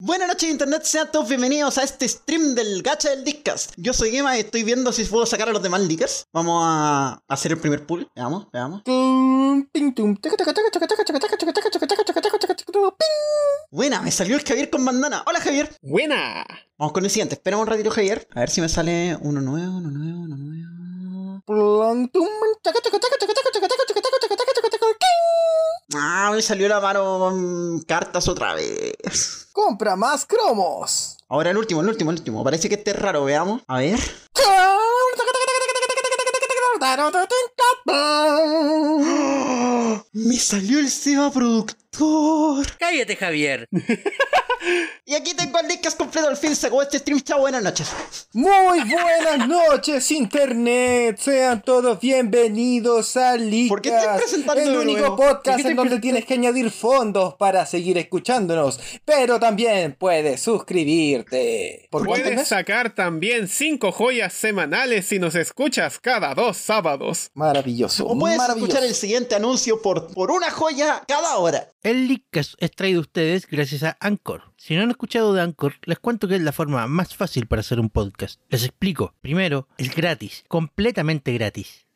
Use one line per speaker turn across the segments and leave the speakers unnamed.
Buenas noches internet, sean todos bienvenidos a este stream del gacha del Discast. Yo soy Gema y estoy viendo si puedo sacar a los demás leakers. Vamos a hacer el primer pull. Veamos, veamos. Buena, me salió el Javier con bandana. Hola Javier.
Buena.
Vamos con el siguiente. Espera un ratito Javier. A ver si me sale uno nuevo, uno nuevo, uno nuevo. Ah, me salió la mano mm, cartas otra vez.
Compra más cromos.
Ahora el último, el último, el último. Parece que este es raro, veamos. A ver. Me salió el Seba productor.
Cállate, Javier.
Y aquí tengo el Nick completo. Al fin se acabó este stream. Chao, buenas noches.
Muy buenas noches, internet. Sean todos bienvenidos a Licas.
¿Por qué estás presentando
El
de
único
nuevo?
podcast
¿Por qué
en
te
donde
presentas?
tienes que añadir fondos para seguir escuchándonos. Pero también puedes suscribirte. ¿Por cuántos
Puedes
meses?
sacar también 5 joyas semanales si nos escuchas cada dos sábados.
Maravilloso.
O puedes
maravilloso.
escuchar el siguiente anuncio por, por una joya cada hora.
El Leadcast es traído a ustedes gracias a Anchor. Si no han escuchado de Anchor, les cuento que es la forma más fácil para hacer un podcast. Les explico. Primero, es gratis, completamente gratis.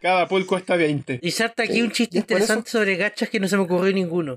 Cada pool cuesta 20.
Inserta aquí
Sí,
un chiste
¿y es por
interesante sobre gachas que no se me ocurrió ninguno.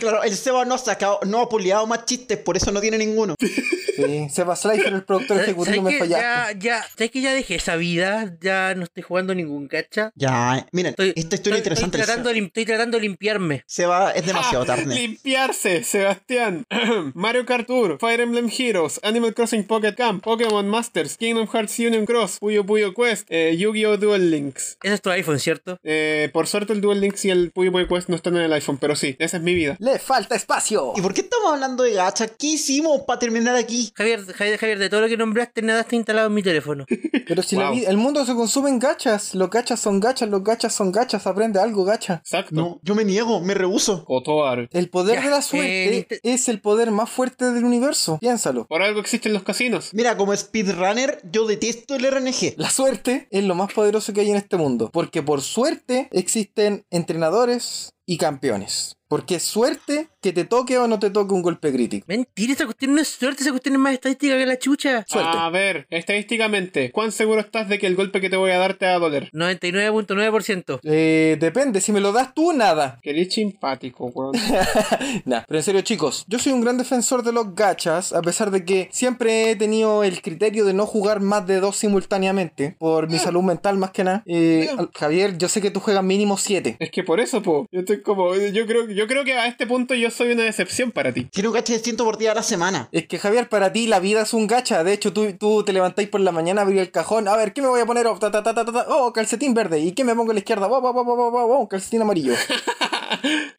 Claro, el Seba no ha sacado, no ha puliado más chistes, por eso no tiene ninguno.
Sí, Seba Slicer, el productor ejecutivo, me
que ya,
fallaste.
ya, ¿sabes que ya dejé esa vida? Ya no estoy jugando ningún gacha.
Ya, eh, miren,
Estoy,
esta historia
estoy-
interesante.
Estoy
del
tratando, de lim- estoy tratando de limpiarme.
Seba Seba es demasiado
Ah,
tarde.
limpiarse, Sebastián. Mario Kart Tour, Fire Emblem Heroes, Animal Crossing Pocket Camp, Pokémon Masters, Kingdom Hearts Union Cross, Puyo Puyo Quest, eh, Yu-Gi-Oh! Duel Links.
Ese es tu iPhone, ¿cierto?
Eh, por suerte el Duel Links y el Puyo Puyo Quest no están en el iPhone, pero sí, esa es mi vida.
Le falta espacio.
¿Y por qué estamos hablando de gacha? ¿Qué hicimos para terminar aquí?
Javier, Javier, Javier, de todo lo que nombraste, nada está instalado en mi teléfono.
Pero si la
Wow.
vida- el mundo se consume en gachas, los gachas son gachas, los gachas son gachas, aprende algo gacha.
Exacto.
No, yo me niego, me rehuso.
Kotoar.
El poder
Ya,
de la suerte
eh, Ninte-
es el poder más fuerte del universo, piénsalo.
Por algo existen los casinos.
Mira, como speedrunner, yo detesto el RNG.
La suerte es lo más poderoso que hay en este mundo, porque por suerte existen entrenadores y campeones. Porque es suerte que te toque o no te toque un golpe crítico.
Mentira, esa cuestión no es suerte, esa cuestión es más estadística que la chucha.
Suerte.
A ver, estadísticamente, ¿cuán seguro estás de que el golpe que te voy a dar te va a doler?
99.9%.
Eh, depende, si me lo das tú, nada.
Qué simpático, weón.
Nah, pero en serio chicos, yo soy un gran defensor de los gachas, a pesar de que siempre he tenido el criterio de no jugar más de dos simultáneamente, por mi salud mental más que nada. Eh, al- Javier, yo sé que tú juegas mínimo siete.
Es que por eso, po. Yo estoy como. Yo creo, yo creo que a este punto yo soy una decepción para ti.
Tiene un gacha distinto por día a la semana.
Es que Javier, para ti la vida es un gacha. De hecho, tú, tú te levantáis por la mañana, abrís el cajón. A ver, ¿qué me voy a poner? Oh, ta, ta, ta, ta, ta, ta. Oh, calcetín verde. ¿Y qué me pongo a la izquierda? Wow, wow, wow, wow, wow, wow, calcetín amarillo.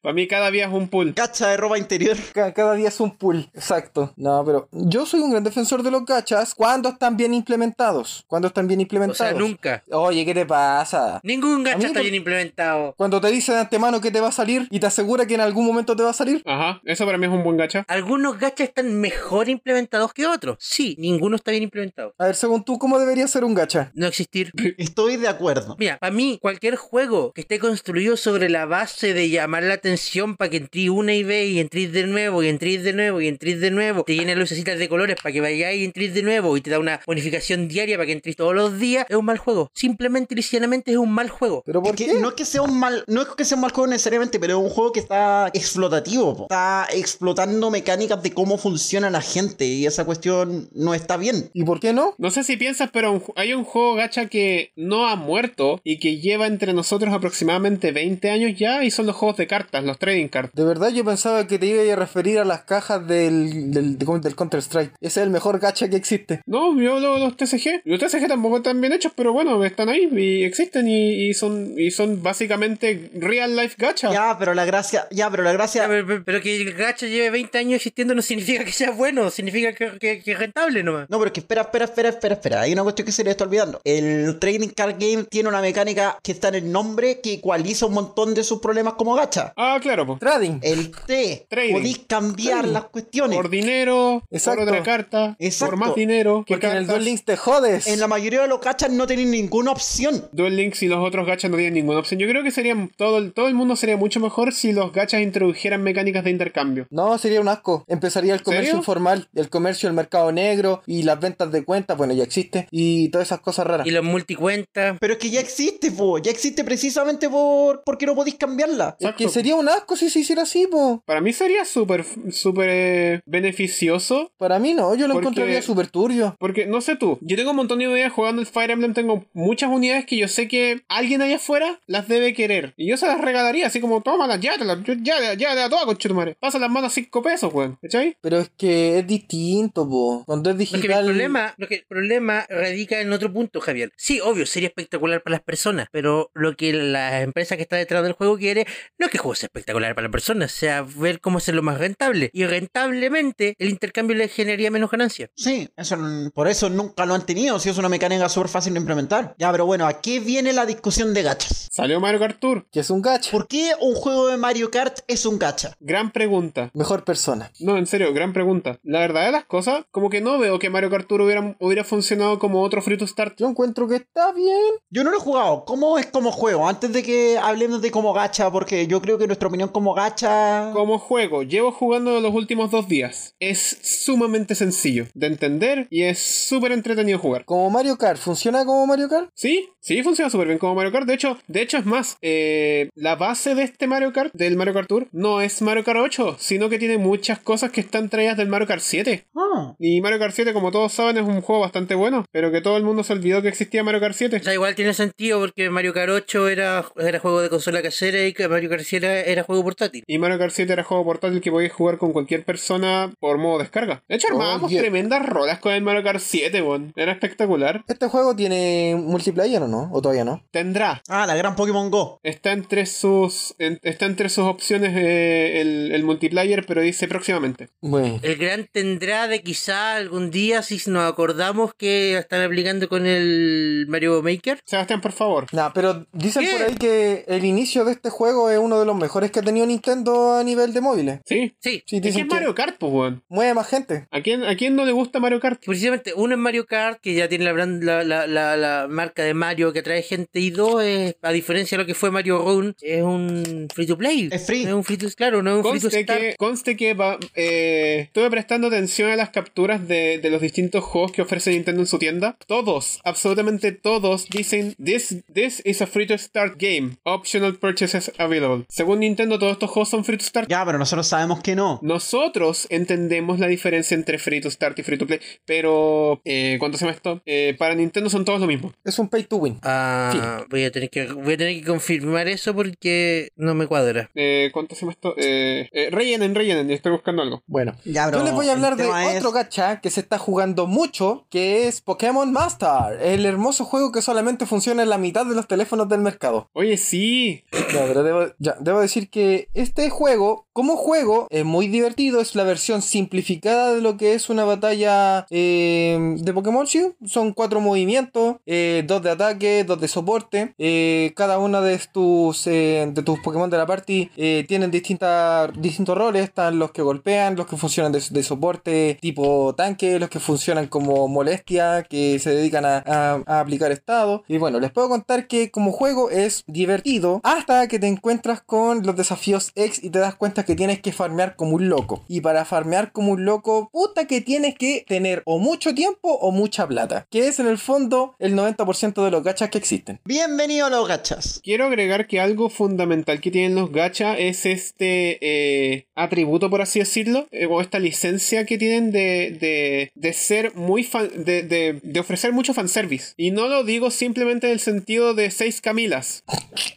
Para mí cada día es un pool.
Gacha de ropa interior.
Ca- Cada día es un pool. Exacto. No, pero yo soy un gran defensor de los gachas cuando están bien implementados. Cuando están bien
O
implementados.
sea, nunca.
Oye, ¿qué te pasa?
Ningún
A mí
gacha está
por-
bien implementado.
Cuando te dice de antemano que te va a salir y te asegura que en algún momento te va a salir.
Ajá, eso para mí es un buen gacha.
Algunos gachas están mejor implementados que otros. Sí, ninguno está bien implementado.
A ver, según tú, ¿cómo debería ser un gacha?
No existir.
Estoy de acuerdo.
Mira, para mí, cualquier juego que esté construido sobre la base de llamar la atención para que entréis una y veis, y entréis de nuevo, y entréis de nuevo, y entréis de nuevo, te llena lucecitas de colores para que vayáis y entréis de nuevo, y te da una bonificación diaria para que entréis todos los días, es un mal juego. Simplemente y lisianamente es un mal juego.
¿Pero por
Es que
qué?
no es que sea un mal, no es que sea un mal juego necesariamente, pero es un juego que está explotativo, po. está explotando mecánicas de cómo funciona la gente y esa cuestión no está bien.
¿Y por qué no?
No sé si piensas, pero un ju- hay un juego gacha que no ha muerto y que lleva entre nosotros aproximadamente 20 años ya y son los juegos juegos de cartas, los trading cards.
De verdad yo pensaba que te iba a referir a las cajas del, del, del, Counter-Strike. Ese es el mejor gacha que existe.
No, yo hablo de los TCG. Los TCG tampoco están bien hechos, pero bueno, están ahí y existen y, y son, y son básicamente real life gacha.
Ya, pero la gracia, ya, pero la gracia...
Pero, pero- pero que el gacha lleve 20 años existiendo no significa que sea bueno, significa que, que- que es rentable nomás.
No, pero es que espera, espera, espera, espera, espera. Hay una cuestión que se le está olvidando. El Trading Card Game tiene una mecánica que está en el nombre que ecualiza un montón de sus problemas como gacha.
Ah, claro, pues.
Trading.
El T.
Trading.
Podéis cambiar las cuestiones.
Por dinero,
Exacto.
por otra carta,
Exacto.
por más dinero. por
Porque en el
cartas.
Duel Links te jodes.
En la mayoría de los gachas no tenéis ninguna opción.
Duel Links y los otros gachas no tienen ninguna opción. Yo creo que serían todo el, todo el mundo sería mucho mejor si los gachas introdujeran mecánicas de intercambio.
No, sería un asco. Empezaría el comercio
¿Serio?
informal, el comercio, el mercado negro y las ventas de cuentas, bueno, ya existe, y todas esas cosas raras.
Y los multicuentas.
Pero es que ya existe, po. Ya existe precisamente por porque no podéis cambiarla.
Es que
Exacto.
sería un asco si se hiciera así, po.
Para mí sería súper súper eh, beneficioso
Para mí no, yo lo
Porque-
encontraría súper turbio.
Porque, no sé tú, yo tengo un montón de unidades jugando el Fire Emblem, tengo muchas unidades que yo sé que alguien allá afuera las debe querer. Y yo se las regalaría, así como, tómalas, ya, te las- yo- ya, ya, ya, toda conchetumare. Pasa las manos 5 pesos, weón. ¿Cachai?
Pero es que es distinto, po. Cuando es
Lo que
digital.
el problema, lo que el problema radica en otro punto, Javier. Sí, obvio, sería espectacular para las personas, pero lo que la empresa que está detrás del juego quiere no es que el juego sea espectacular para las personas, sea ver cómo hacerlo más rentable. Y rentablemente el intercambio le generaría menos ganancia.
Sí, eso, n- por eso nunca lo han tenido. Si es una mecánica súper fácil de implementar. Ya, pero bueno, ¿a qué viene la discusión de gachas?
Salió Mario Kart Tour.
Que es un gacha.
¿Por qué un juego de Mario Kart es un gacha?
Gran pregunta.
Mejor persona.
No, en serio, gran pregunta. La verdad de las cosas, como que no veo que Mario Kart Tour hubiera, hubiera funcionado como otro Free to Start.
Yo encuentro que está bien.
Yo no lo he jugado. ¿Cómo es como juego? Antes de que hablemos de como gacha, porque yo creo que nuestra opinión como gacha.
Como juego, llevo jugando los últimos dos días. Es sumamente sencillo de entender y es súper entretenido jugar.
Como Mario Kart. ¿Funciona como Mario Kart?
Sí, sí, funciona súper bien como Mario Kart. De hecho, de hecho es más, eh, la base de este Mario Kart, del Mario Kart Tour, no es Mario Kart 8, sino que tiene muchas cosas que están traídas del Mario Kart 7.
Ah.
Y Mario Kart 7, como todos saben, es un juego bastante bueno, pero que todo el mundo se olvidó que existía Mario Kart 7.
O sea, igual tiene sentido porque Mario Kart 8 era, era juego de consola casera y que Mario Kart 7 era, era juego portátil.
Y Mario Kart 7 era juego portátil que podías jugar con cualquier persona por modo descarga. De hecho, armábamos
Oye.
tremendas rolas con el Mario Kart 7, bon. Era espectacular.
¿Este juego tiene multiplayer o no? ¿O todavía no?
Tendrá.
Ah, la gran Pokémon Go.
Está entre sus, en- está entre sus opciones eh, el, el multiplayer, pero dice próximamente.
Bueno.
El gran tendrá de quizá algún día, si nos acordamos que están aplicando con el Mario Maker.
Sebastián, por favor.
Nah, pero dicen
¿Qué?
por ahí que el inicio de este juego es uno de los mejores que ha tenido Nintendo a nivel de móviles.
Sí.
Sí,
Sí,
Es que
dicen
es
que
Mario Kart, pues, weón.
mueve más gente.
¿A quién, ¿A quién no le gusta Mario Kart?
Precisamente, uno es Mario Kart, que ya tiene la, brand- la, la, la, la marca de Mario que trae gente, y dos, es, a diferencia de lo que fue Mario Run, es un free to play.
Es free.
No Es un free to claro, no es un free
Conste
to start.
que, conste que va- eh, estuve prestando atención a las capturas de, de los distintos juegos que ofrece Nintendo en su tienda. Todos, absolutamente todos, dicen this, this is a free to start game. Optional purchases available. Según Nintendo, todos estos juegos son free to start.
Ya, pero nosotros sabemos que no.
Nosotros entendemos la diferencia entre free to start y free to play, pero eh, ¿cuánto se llama esto? Eh, para Nintendo son todos lo mismo.
Es un pay to win.
Ah, voy, a tener que, voy a tener que confirmar eso porque no me cuadra.
Eh, ¿Cuánto se llama esto? Eh, eh, rellenen, rellenen, estoy buscando algo.
Bueno.
Ya, pero
Yo les voy a
el
hablar de
tema es-
otro gacha que se está jugando mucho, que es Pokémon Master, el hermoso juego que solamente funciona en la mitad de los teléfonos del mercado.
Oye, sí.
No, pero debo, ya, debo decir que este juego, como juego, es muy divertido. Es la versión simplificada de lo que es una batalla eh, de Pokémon. ¿sí? Son cuatro movimientos: eh, dos de ataque, dos de soporte. eh, cada una de tus, eh, de tus Pokémon de la party eh, tienen distintas distintos roles. Están los que golpean, los que funcionan de, de soporte tipo tanque, los que funcionan como molestia, que se dedican a, a- a aplicar estado. Y bueno, les puedo contar que como juego es divertido hasta que te encuentras con los desafíos X y te das cuenta que tienes que farmear como un loco. Y para farmear como un loco, puta que tienes que tener o mucho tiempo o mucha plata. Que es en el fondo el 90% de los gachas que existen.
Bienvenido a los gachas.
Quiero agregar que algo fundamental que tienen los gacha es este eh, atributo, por así decirlo, eh, o esta licencia que tienen de, de, de ser muy fan, de, de, de ofrecer mucho fanservice. Y no lo digo simplemente en el sentido de seis Camilas.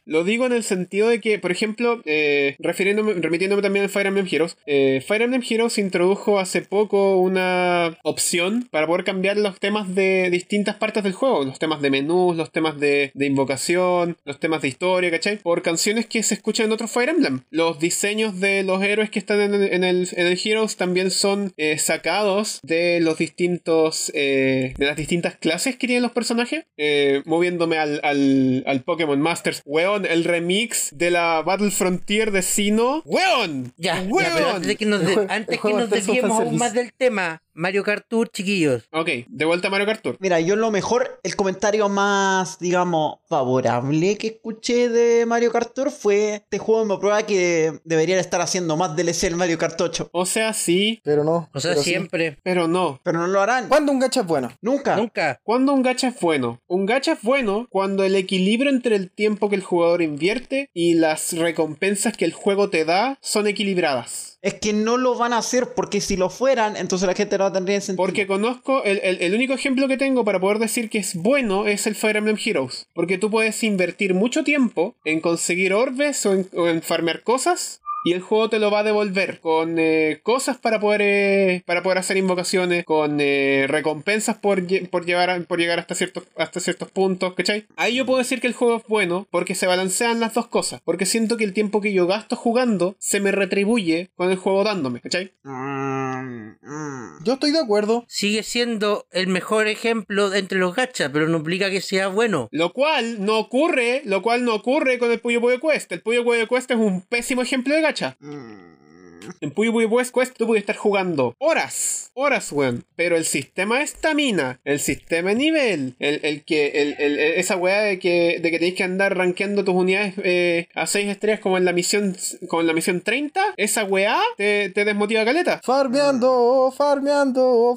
Lo digo en el sentido de que, por ejemplo, eh, refiriéndome, remitiéndome también al Fire Emblem Heroes, eh, Fire Emblem Heroes introdujo hace poco una opción para poder cambiar los temas de distintas partes del juego, los temas de menús, los temas de, de invocación, los temas de historia, ¿cachai? Por canciones que se escuchan en otros Fire Emblem. Los diseños de los héroes que están en el, en el, en el Heroes también son eh, sacados de los distintos, eh, de las distintas clases que tienen los personajes, Eh, moviéndome al, al, al Pokémon Masters. Weón, el remix de la Battle Frontier de Sino. Weón,
Ya, ya, pero
weón.
antes de que nos, de-
Jue-
antes que
juego
nos
de Tears of
desviemos aún
Service.
más del tema, Mario Kart Tour, chiquillos.
Ok, de vuelta a Mario Kart Tour.
Mira, yo lo mejor, el comentario más, digamos, favorable que escuché de Mario Kart Tour fue este juego me prueba que deberían estar haciendo más DLC el Mario Kart 8.
O sea, sí,
Pero no.
O sea,
pero sí.
siempre,
pero no.
Pero no lo harán.
¿Cuándo un gacha es bueno?
Nunca.
nunca.
¿Cuándo un gacha es bueno? Un gacha es bueno cuando el equilibrio entre el tiempo que el jugador invierte y las recompensas que el juego te da son equilibradas.
Es que no lo van a hacer porque si lo fueran, entonces la gente no tendría sentido.
Porque conozco, el, el- el único ejemplo que tengo para poder decir que es bueno es el Fire Emblem Heroes. Porque tú puedes invertir mucho tiempo en conseguir orbes o en, o en farmear cosas. Y el juego te lo va a devolver con eh, cosas para poder eh, para poder hacer invocaciones, con eh, recompensas por, lle- por llevar a- por llegar hasta ciertos hasta ciertos puntos, ¿cachai? Ahí yo puedo decir que el juego es bueno porque se balancean las dos cosas, porque siento que el tiempo que yo gasto jugando se me retribuye con el juego dándome, ¿cachai?
Mm, mm.
Yo estoy de acuerdo.
Sigue siendo el mejor ejemplo de entre los gachas, pero no implica que sea bueno.
Lo cual no ocurre, lo cual no ocurre con el Puyo Puyo Quest. El Puyo Puyo Quest es un pésimo ejemplo de gacha. En Puyo Puyo Quest, Quest tú puedes estar jugando horas, horas, weón. Pero el sistema de estamina, el sistema de nivel, el, el que, el, el- el- esa weá de que, de que tenés que andar rankeando tus unidades eh, a 6 estrellas como en la misión, como en la misión 30, esa weá te, te desmotiva caleta.
Farmeando, farmeando,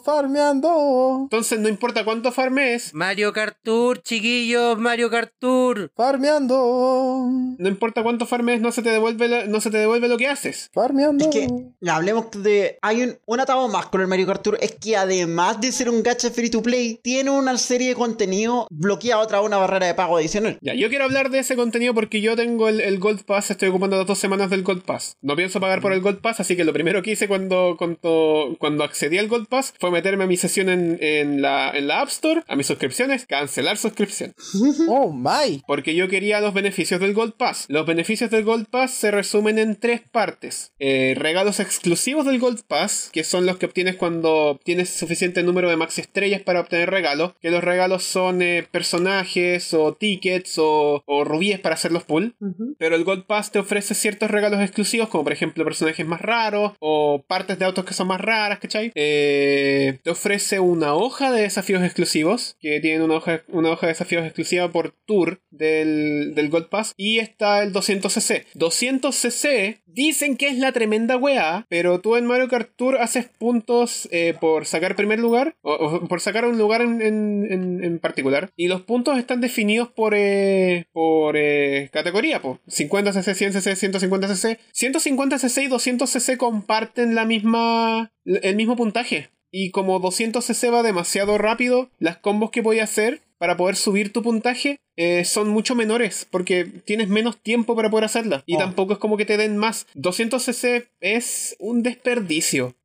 farmeando.
Entonces no importa cuánto farmes,
Mario Kart Tour, chiquillos, Mario Kart Tour.
Farmeando.
no importa cuánto farmes, no se te devuelve, la- no se te devuelve lo que haces.
Farmeando.
Es que ya, hablemos de. Hay un, un atado más con el Mario Kart Tour. Es que además de ser un gacha free to play, tiene una serie de contenido bloquea otra una barrera de pago adicional.
Ya, yo quiero hablar de ese contenido porque yo tengo el, el Gold Pass, estoy ocupando las dos semanas del Gold Pass. No pienso pagar por el Gold Pass, así que lo primero que hice cuando, cuando, cuando accedí al Gold Pass fue meterme a mi sesión en, en la, en la App Store, a mis suscripciones, cancelar suscripción.
Oh my.
Porque yo quería los beneficios del Gold Pass. Los beneficios del Gold Pass se resumen en tres partes. Eh, regalos exclusivos del Gold Pass, que son los que obtienes cuando obtienes suficiente número de maxi estrellas para obtener regalos. Que los regalos son eh, personajes o tickets o, o rubíes para hacer los pull. Pero el Gold Pass te ofrece ciertos regalos exclusivos, como por ejemplo personajes más raros o partes de autos que son más raras, ¿cachai? Eh, te ofrece una hoja de desafíos exclusivos, que tienen una hoja, una hoja de desafíos exclusiva por tour del, del Gold Pass. Y está el 200cc. 200cc dicen que es la tremenda weá, pero tú en Mario Kart Tour haces puntos eh, por sacar primer lugar, o, o por sacar un lugar en, en- en- en particular. Y los puntos están definidos por, eh, por eh, categoría, po. 50cc, 100cc, 150cc. 150cc y 200cc comparten la misma, el mismo puntaje. Y como 200cc va demasiado rápido, las combos que voy a hacer para poder subir tu puntaje eh, son mucho menores porque tienes menos tiempo para poder hacerlas. Y
Oh.
tampoco es como que te den más. 200cc es un desperdicio.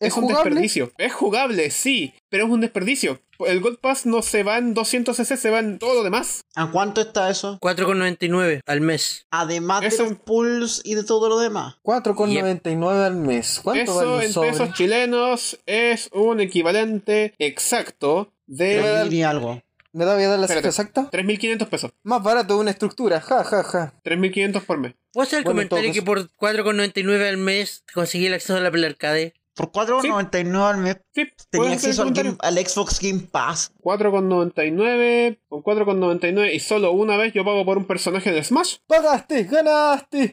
¿Es,
Es un
jugable?
desperdicio. Es jugable, sí, pero es un desperdicio. El Gold Pass no se va en 200cc, se va en todo lo demás.
¿A cuánto está eso?
4,99 al mes.
Además
Eso-
de los pulls y de todo lo demás.
4,99 al mes. ¿Cuánto
Eso
vale
en
un sobre?
pesos chilenos es un equivalente exacto
Pero
de
diría algo.
¿Me da voy a dar la cifra
Espérate.
exacta?
3.500 pesos.
Más barato de una estructura. Ja, ja, ja.
3.500 por mes.
¿Puedo hacer el
Bueno, en todo
comentario que por 4,99 al mes conseguí el acceso a la Pelarcade?
Por 4,99 al mes
Sí,
tenía
puedes hacer el
acceso al,
comentario.
Game- al Xbox Game Pass.
4,99 con 4,99 y solo una vez yo pago por un personaje de Smash.
Pagaste, ganaste.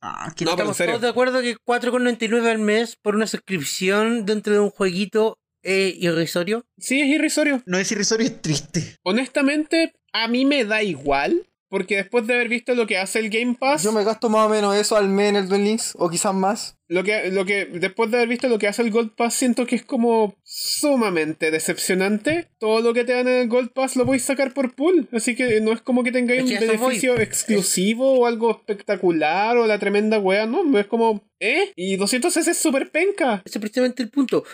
Ah, que-
No, pero en
Estamos
serio.
todos de acuerdo que 4,99 al mes por una suscripción dentro de un jueguito eh, irrisorio.
Sí, es irrisorio.
No es irrisorio, es triste.
Honestamente, a mí me da igual. Porque después de haber visto lo que hace el Game Pass,
Yo me gasto más o menos eso al mes en el Duel Links, o quizás más.
lo que, lo que, después de haber visto lo que hace el Gold Pass, siento que es como sumamente decepcionante. Todo lo que te dan en el Gold Pass lo podéis sacar por pool. Así que no es como que tengáis
Es
un
que a eso voy.
beneficio exclusivo o algo espectacular o la tremenda wea. No, es como, ¿eh? Y 200 es súper penca.
Ese es precisamente el punto.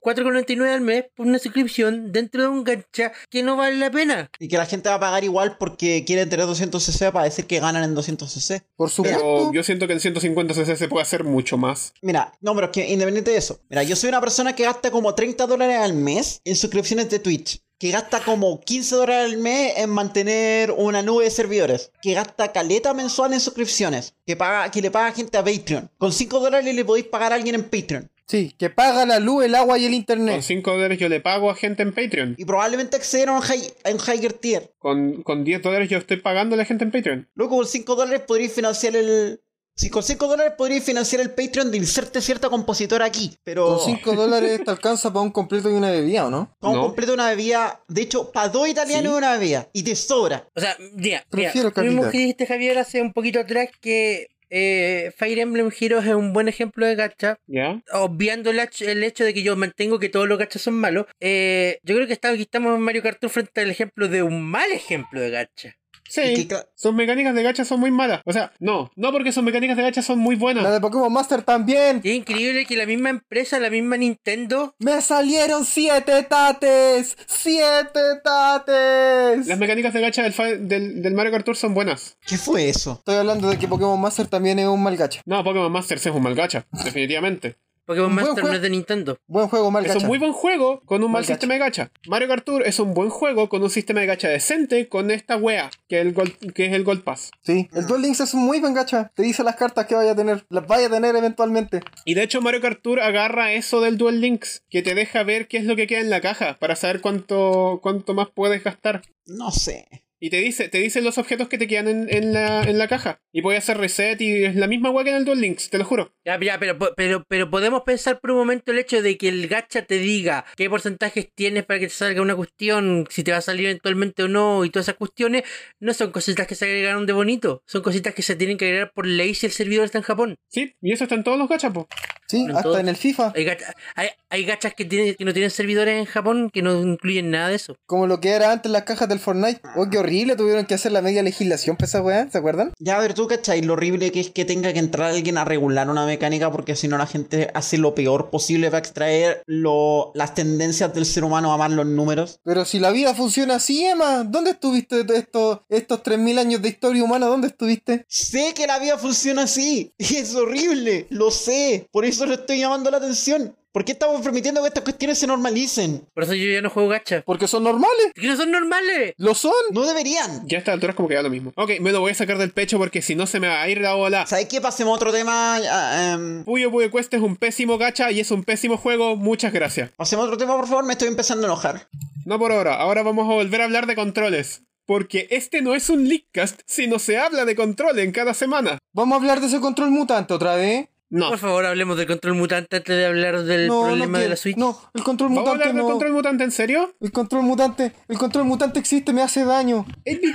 4,99 al mes por una suscripción dentro de un gancha que no vale la pena.
Y que la gente va a pagar igual porque quieren tener 200 CC para decir que ganan en 200 CC.
Por supuesto.
Pero yo siento que en 150 cc se puede hacer mucho más.
Mira, no, pero es que independiente de eso. Mira, yo soy una persona que gasta como 30 dólares al mes en suscripciones de Twitch. Que gasta como 15 dólares al mes en mantener una nube de servidores. Que gasta caleta mensual en suscripciones. Que, paga, que le paga gente a Patreon. Con 5 dólares le podéis pagar a alguien en Patreon.
Sí, que paga la luz, el agua y el
Con
internet.
5 dólares yo le pago a gente en Patreon.
Y probablemente acceder a un, high- a un higher tier.
Con, con 10 dólares yo estoy pagando a la gente en Patreon.
Luego con 5 dólares podríais financiar el... Si con 5 dólares podríais financiar el Patreon de inserte cierta compositora aquí. Pero...
Con 5 dólares te alcanza para un completo y una bebida, ¿o no?
Con
No.
completo una bebida. De hecho, para dos italianos
Sí.
una bebida. Y te sobra.
O sea, mira, mira,
Prefiero
lo mismo
calidad.
que dijiste Javier hace un poquito atrás que eh, Fire Emblem Heroes es un buen ejemplo de gacha.
¿Ya?
Obviando el, hach- el hecho de que yo mantengo que todos los gachas son malos, eh, yo creo que está- aquí estamos en Mario Kart Tour frente al ejemplo de un mal ejemplo de gacha.
Y
Sí.
que ca-
Sus mecánicas de gacha son muy malas. O sea, no. No porque sus mecánicas de gacha son muy
La
buenas.
de Pokémon Master también.
Y es increíble que la misma empresa, la misma Nintendo,
¡Me salieron siete tates! ¡Siete tates!
Las mecánicas de gacha del, fa- del, del Mario Kart Tour son buenas.
¿Qué fue eso?
Estoy hablando de que Pokémon Master también es un mal gacha.
No, Pokémon Masters es un mal gacha. definitivamente.
Pokémon
Un buen
Master no
juego.
es de Nintendo.
Buen juego, mal
Es
gacha.
un muy buen juego con un mal,
Mal gacha.
sistema de gacha. Mario Kart Tour es un buen juego con un sistema de gacha decente con esta wea que, el Gold- que es el Gold Pass.
Sí,
Mm.
el Duel Links es un muy buen gacha. Te dice las cartas que vaya a tener. Las vaya a tener eventualmente.
Y de hecho Mario Kart Tour agarra eso del Duel Links, que te deja ver qué es lo que queda en la caja para saber cuánto, cuánto más puedes gastar.
No sé.
Y te dice, te dice los objetos que te quedan en, en la, en la caja. Y puedes hacer reset y es la misma hueá que en el Duel Links, te lo juro.
Ya, ya, pero, po- pero, pero podemos pensar por un momento el hecho de que el gacha te diga qué porcentajes tienes para que te salga una cuestión, si te va a salir eventualmente o no, y todas esas cuestiones, no son cositas que se agregaron de bonito, son cositas que se tienen que agregar por ley si el servidor está en Japón.
Sí, y eso está en todos los gachapos.
Sí,
En
hasta
todo-
en el FIFA.
Eh.
Hay, gacha- hay, hay gachas que, tienen, que no tienen servidores en Japón que no incluyen nada de eso.
Como lo que era antes las cajas del Fortnite. Oh, qué horrible. Tuvieron que hacer la media legislación para esa weá. ¿Se acuerdan?
Ya, a ver, tú, ¿cachai? Lo horrible que es que tenga que entrar alguien a regular una mecánica porque si no la gente hace lo peor posible para extraer lo, las tendencias del ser humano a amar los números.
Pero si la vida funciona así, Emma, ¿dónde estuviste de estos, estos 3.000 años de historia humana? ¿Dónde estuviste?
Sé que la vida funciona así. Y es horrible. Lo sé. Por eso le estoy llamando la atención. ¿Por qué estamos permitiendo que estas cuestiones se normalicen?
Por eso yo ya no juego gacha.
Porque son normales.
Que no son normales.
Lo son.
No deberían.
Ya a estas alturas como que da lo mismo. Ok, me lo voy a sacar del pecho porque si no se me va a ir la bola.
¿Sabes qué? Pasemos a otro tema. ah, em,
Puyo Puyo Quest es un pésimo gacha y es un pésimo juego, muchas gracias.
pasemos a otro tema, por favor. Me estoy empezando a enojar.
No por ahora, ahora vamos a volver a hablar de controles. Porque este no es un leakcast, sino se habla de control en cada semana.
Vamos a hablar de ese control mutante otra vez.
No,
Por favor, hablemos del control mutante antes de hablar del problema de
quiero.
la Switch.
No, el control
¿vamos a
mutante
hablar del
no.
control mutante en serio?
El control mutante, el control mutante existe, me hace daño.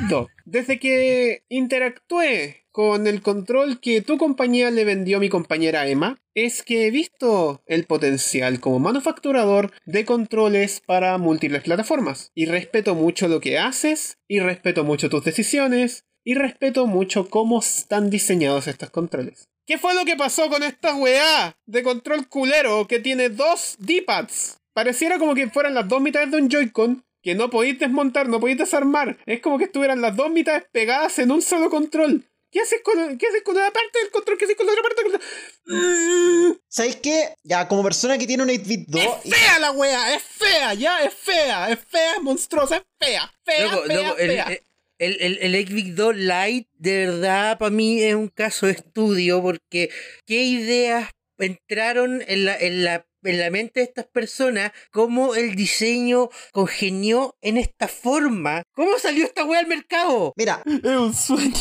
8 desde que interactué con el control que tu compañía le vendió a mi compañera Emma, es que he visto el potencial como manufacturador de controles para múltiples plataformas. Y respeto mucho lo que haces, y respeto mucho tus decisiones, y respeto mucho cómo están diseñados estos controles. ¿Qué fue lo que pasó con esta weá de control culero que tiene dos D-pads? Pareciera como que fueran las dos mitades de un Joy-Con que no podéis desmontar, no podéis desarmar. Es como que estuvieran las dos mitades pegadas en un solo control. ¿Qué haces con, qué haces con una parte del control? ¿Qué haces con la otra parte del control? Mm,
¿Sabéis qué? Ya, como persona que tiene un 8-bit 2 y-
¡Es fea la wea! ¡Es fea! ¡Ya! ¡Es fea! ¡Es fea! ¡Es monstruosa! ¡Es fea! ¡Fea!
Loco,
fea,
loco, el, eh,
fea.
el, el, el Xbox 2 Lite, de verdad, para mí es un caso de estudio, porque qué ideas entraron en la, en la, en la mente de estas personas, cómo el diseño congenió en esta forma, cómo salió esta wea al mercado.
Mira,
Es un sueño.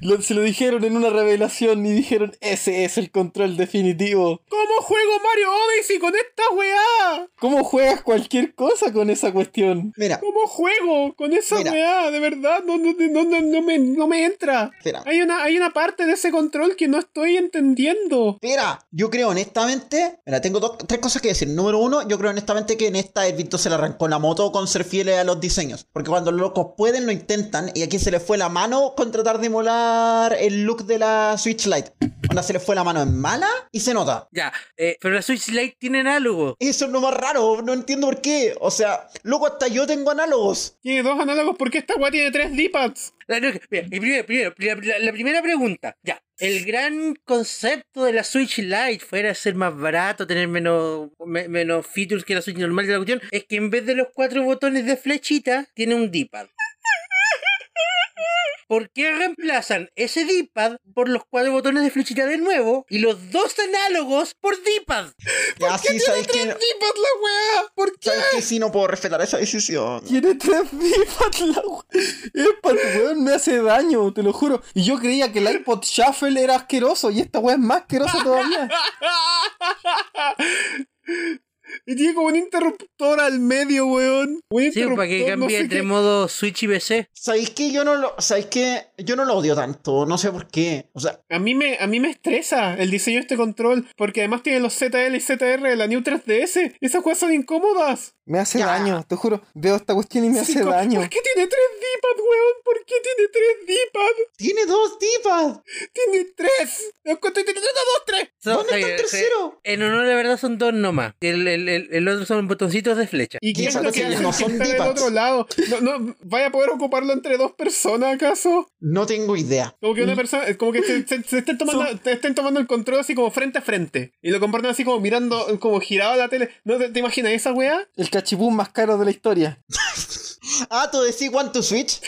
Lo- se lo dijeron en una revelación y dijeron, ese es el control definitivo.
¿Cómo juego Mario Odyssey con esta weá?
¿Cómo juegas cualquier cosa con esa cuestión?
Mira,
¿Cómo juego con esa
Mira.
weá? De verdad, no, no, no, no, no me, no me entra.
Espera.
Hay una, hay una parte de ese control que no estoy entendiendo.
Mira, yo creo honestamente, mira, tengo dos- tres cosas que decir. Número uno, yo creo honestamente que en esta el Víctor se le arrancó la moto con ser fieles a los diseños. Porque cuando los locos pueden, lo intentan. Y aquí se le fue la mano con tratar de emular el look de la Switch Lite. Cuando se le fue la mano en mala y se nota.
Ya, eh, pero la Switch Lite tiene análogo.
Eso es lo más raro, no entiendo por qué. O sea, loco, hasta yo tengo análogos.
Tiene dos análogos porque esta weá tiene tres D-pads.
La, no, mira, y primero- primero, la, la- la primera pregunta, ya. El gran concepto de la Switch Lite fuera ser más barato, tener menos, me- menos features que la Switch normal de la cuestión, es que en vez de los cuatro botones de flechita, tiene un D-pad. ¿Por qué reemplazan ese D-pad por los cuatro botones de flechita de nuevo y los dos análogos por D-pad?
Ya, sí, sabéis que,
¡Tres D-pads la weá! ¿Por qué?
sabéis que sí no puedo respetar esa decisión.
Tiene tres vipas la we- Es pa- weón, me hace daño, te lo juro. Y yo creía que el iPod Shuffle era asqueroso y esta weá es más asquerosa todavía.
Y tiene como un interruptor al medio, weón.
Este
Un
Sí, pues,
interruptor,
para que
no
cambie
sé
entre
qué-
modo Switch y PC.
Sabéis que yo no lo, sabéis que yo no lo odio tanto, no sé por qué. O sea,
A mí, me, a mí me estresa el diseño de este control, porque además tiene los ZL y ZR de la New 3DS. Esas cosas son incómodas.
Me hace
Ya.
daño, te juro. Veo esta cuestión y me
Sí,
hace
co-
daño.
¿Por qué tiene tres D-pad, weón? ¿Por qué tiene tres D-pad?
Tiene dos tipas.
Tiene tres. Los cuatro- tiene dos, dos, tres.
So,
¿Dónde está
eh,
el
se-
tercero?
En honor, la verdad, son dos nomás. El, el, el, el otro son botoncitos de flecha.
¿Y qué es
esas
lo
cosas
que
ya
hace
no
el que
son
está del
D-pads.
otro lado? No, no, ¿Vaya a poder ocuparlo entre dos personas, acaso?
No tengo idea.
Como que una persona, es como que se, se- se estén tomando, te estén tomando el control así como frente a frente. Y lo comparten así como mirando, como girado a la tele. ¿No te, te imaginas esa weá?
El cachipún más caro de la historia.
Ah, tú decís One to Switch.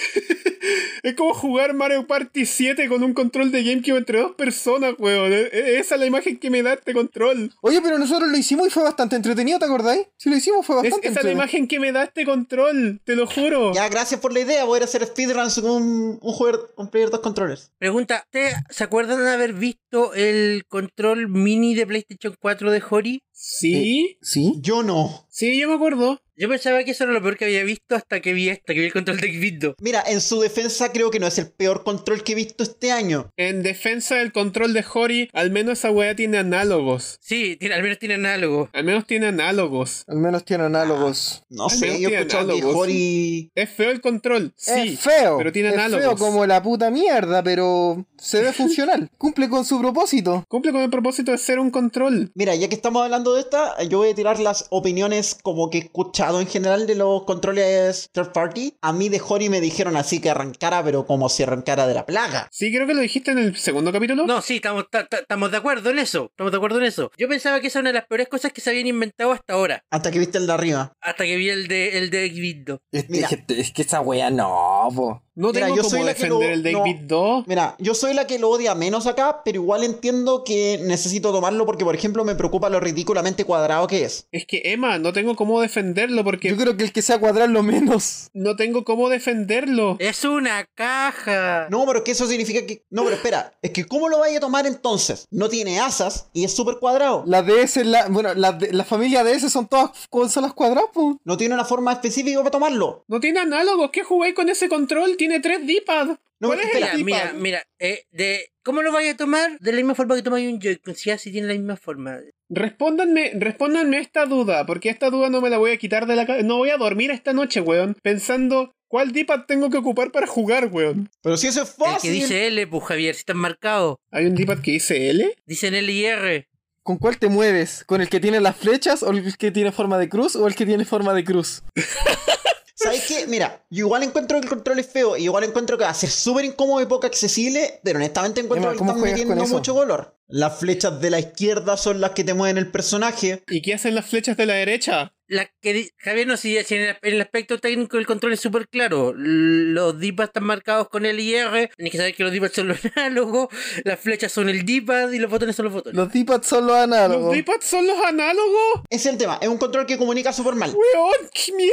Es como jugar Mario Party 7 con un control de GameCube entre dos personas, weón. E- e- Esa es la imagen que me da este control.
Oye, pero nosotros lo hicimos y fue bastante entretenido, ¿te acordáis? Si lo hicimos fue
Es-
bastante
esa es la
entretenido.
imagen que me da este control, te lo juro.
Ya, gracias por la idea. Voy a ir a hacer speedruns con un, un, jugador- un player dos controllers.
Pregunta, ¿ustedes se acuerdan de haber visto el control mini de PlayStation 4 de Hori?
Sí,
¿Sí?
Yo no.
sí, yo me acuerdo.
Yo pensaba que eso era lo peor que había visto hasta que vi esta, que vi el control de Xvido.
Mira, en su defensa creo que no es el peor control que he visto este año.
En defensa del control de Hori, al menos esa weá tiene análogos.
Sí, tiene- al menos tienen algo.
Al menos tiene análogos.
Al menos tiene análogos.
No
Ay,
sé,
no
yo he
tiene
escuchado que
análogos.
Hori...
Es feo el control, sí.
es feo.
Pero tiene
es
análogos.
feo como la puta mierda, pero se ve funcional. Cumple con su propósito.
Cumple con el propósito de ser un control.
Mira, ya que estamos hablando de esta, eh, yo voy a tirar las opiniones como que he escuchado en general de los controles third party. A mí de Hori me dijeron así que arrancara, pero como si arrancara de la plaga.
Sí, creo que lo dijiste en el segundo capítulo.
No, sí, estamos, ta- ta- estamos de acuerdo en eso. Estamos de acuerdo en eso. Yo pensaba que esa era una de las peores cosas que se habían inventado hasta ahora.
Hasta que viste el de arriba.
Hasta que vi el de, el de Xvido.
Es,
Mira.
es que- es que esa wea no, po.
No
Mira,
tengo
yo
como
soy la que
defender
lo-
el
no.
David 2.
Mira, yo soy la que lo odia menos acá, pero igual entiendo que necesito tomarlo porque, por ejemplo, me preocupa lo ridículamente cuadrado que es.
Es que, Emma, no tengo cómo defenderlo porque
Yo creo que el que sea cuadrar lo menos.
no tengo cómo defenderlo.
¡Es una caja!
No, pero es que eso significa que... No, pero espera, es que ¿cómo lo vaya a tomar entonces? No tiene asas y es súper cuadrado.
La DS, la, bueno, la, de- la familia DS son todas consolas cuadradas, po.
No tiene una forma específica para tomarlo.
No tiene análogos. ¿Qué jugáis con ese control? Tiene tres D-pad.
No,
¿Cuál es el
espera,
Mira,
D-pad?
mira, mira, eh, de, ¿cómo lo vaya a tomar? De la misma forma que tomáis un Joy-Con, si pues, así tiene la misma forma.
Respóndanme, respóndanme esta duda, porque esta duda no me la voy a quitar de la cabeza. No voy a dormir esta noche, weón, pensando cuál D-pad tengo que ocupar para jugar, weón.
Pero si eso es
El que
fácil.
dice L, pues Javier, si están marcados.
¿Hay un D-pad que dice L?
Dicen L y R.
¿Con cuál te mueves? ¿Con el que tiene las flechas o el que tiene forma de cruz o el que tiene forma de cruz?
¿Sabes qué? Mira, yo igual encuentro que el control es feo, y igual encuentro que va a ser súper incómodo y poco accesible, pero honestamente encuentro
Emma,
que le
¿cómo
están
juegas con
metiendo
eso?
mucho color. Las flechas de la izquierda son las que te mueven el personaje.
¿Y qué hacen las flechas de la derecha?
La que di- Javier, no, si, si en, el, en el aspecto técnico el control es súper claro. Los D-pads están marcados con L y R. Tienes que saber que los D-pads son los análogos, las flechas son el D-pad y los botones son los botones.
Los D-pads son los
¿Los
análogos.
D-pads son los análogos?
Ese es el tema, es un control que comunica súper mal.
Weón, qué mierda.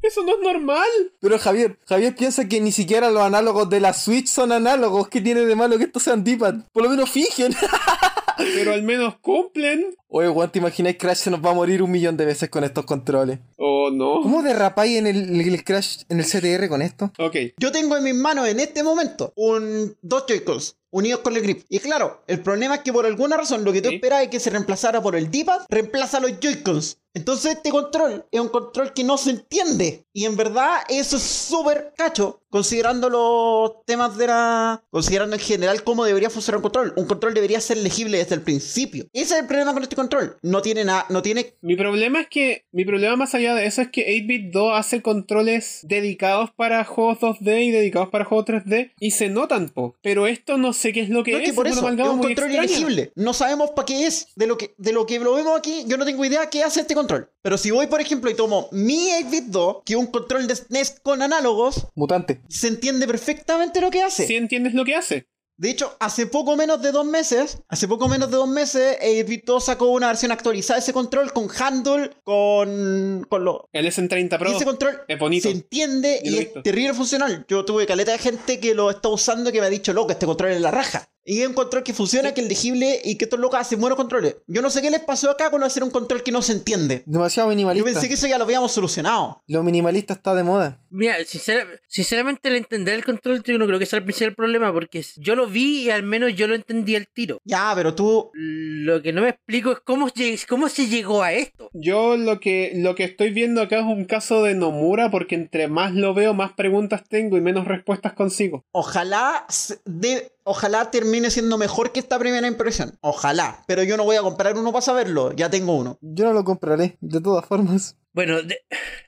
Eso no es normal.
Pero Javier, Javier piensa que ni siquiera los análogos de la Switch son análogos. ¿Qué tiene de malo que estos sean D-pad? Por lo menos fingen.
Pero al menos cumplen.
Oye, Juan, ¿te imagináis Crash se nos va a morir un millón de veces con estos controles?
Oh, no.
¿Cómo derrapáis en el, el Crash, en el CTR con esto?
Ok.
Yo tengo en mis manos en este momento un dos Joy-Cons unidos con el grip. Y claro, el problema es que por alguna razón lo que tú
Sí.
esperabas es que se reemplazara por el D-pad, reemplaza los Joy-Cons. Entonces este control es un control que no se entiende. Y en verdad eso es súper cacho, considerando los temas de la... Considerando en general cómo debería funcionar un control. Un control debería ser legible desde el principio. Ese es el problema con este control. No tiene nada, no tiene
Mi problema es que. Mi problema más allá de eso es que 8-bit 2 hace controles dedicados para juegos 2D y dedicados para juegos 3D. Y se notan, po. Pero esto no sé qué es lo que
No,
es.
que por
es una
eso es
amalgama
un
muy
control
extraña.
ilegible. No sabemos para qué es. De lo, que, de lo que lo vemos aquí, yo no tengo idea qué hace este control. Pero si voy, por ejemplo, y tomo mi 8-bit-2, que es un control de SNES con análogos,
Mutante.
se entiende perfectamente lo que hace.
Si entiendes lo que hace.
De hecho, hace poco menos de dos meses, hace poco menos de dos meses, 8-bit-2 sacó una versión actualizada de ese control con handle, con, con lo,
El SN30 Pro.
y ese control
es bonito.
se entiende y
Yo lo he
es
visto.
terrible funcional. Yo tuve caleta de gente que lo está usando que me ha dicho, loco, este control es la raja. Y es un control que funciona, que es legible y que estos locos hacen buenos controles. Yo no sé qué les pasó acá con hacer un control que no se entiende.
Demasiado
Yo
minimalista.
pensé que eso ya lo habíamos solucionado.
Lo minimalista está de moda.
Mira, sincera- sinceramente el entender el control yo no creo que sea el principal problema porque yo lo vi y al menos yo lo entendí al tiro.
Ya, pero tú...
Lo que no me explico es cómo, lleg- cómo se llegó a esto.
Yo lo que, lo que estoy viendo acá es un caso de Nomura porque entre más lo veo, más preguntas tengo y menos respuestas consigo.
Ojalá, se- de, ojalá termine siendo mejor que esta primera impresión. Ojalá. Pero yo no voy a comprar uno para saberlo. Ya tengo uno.
Yo no lo compraré, de todas formas.
Bueno, de-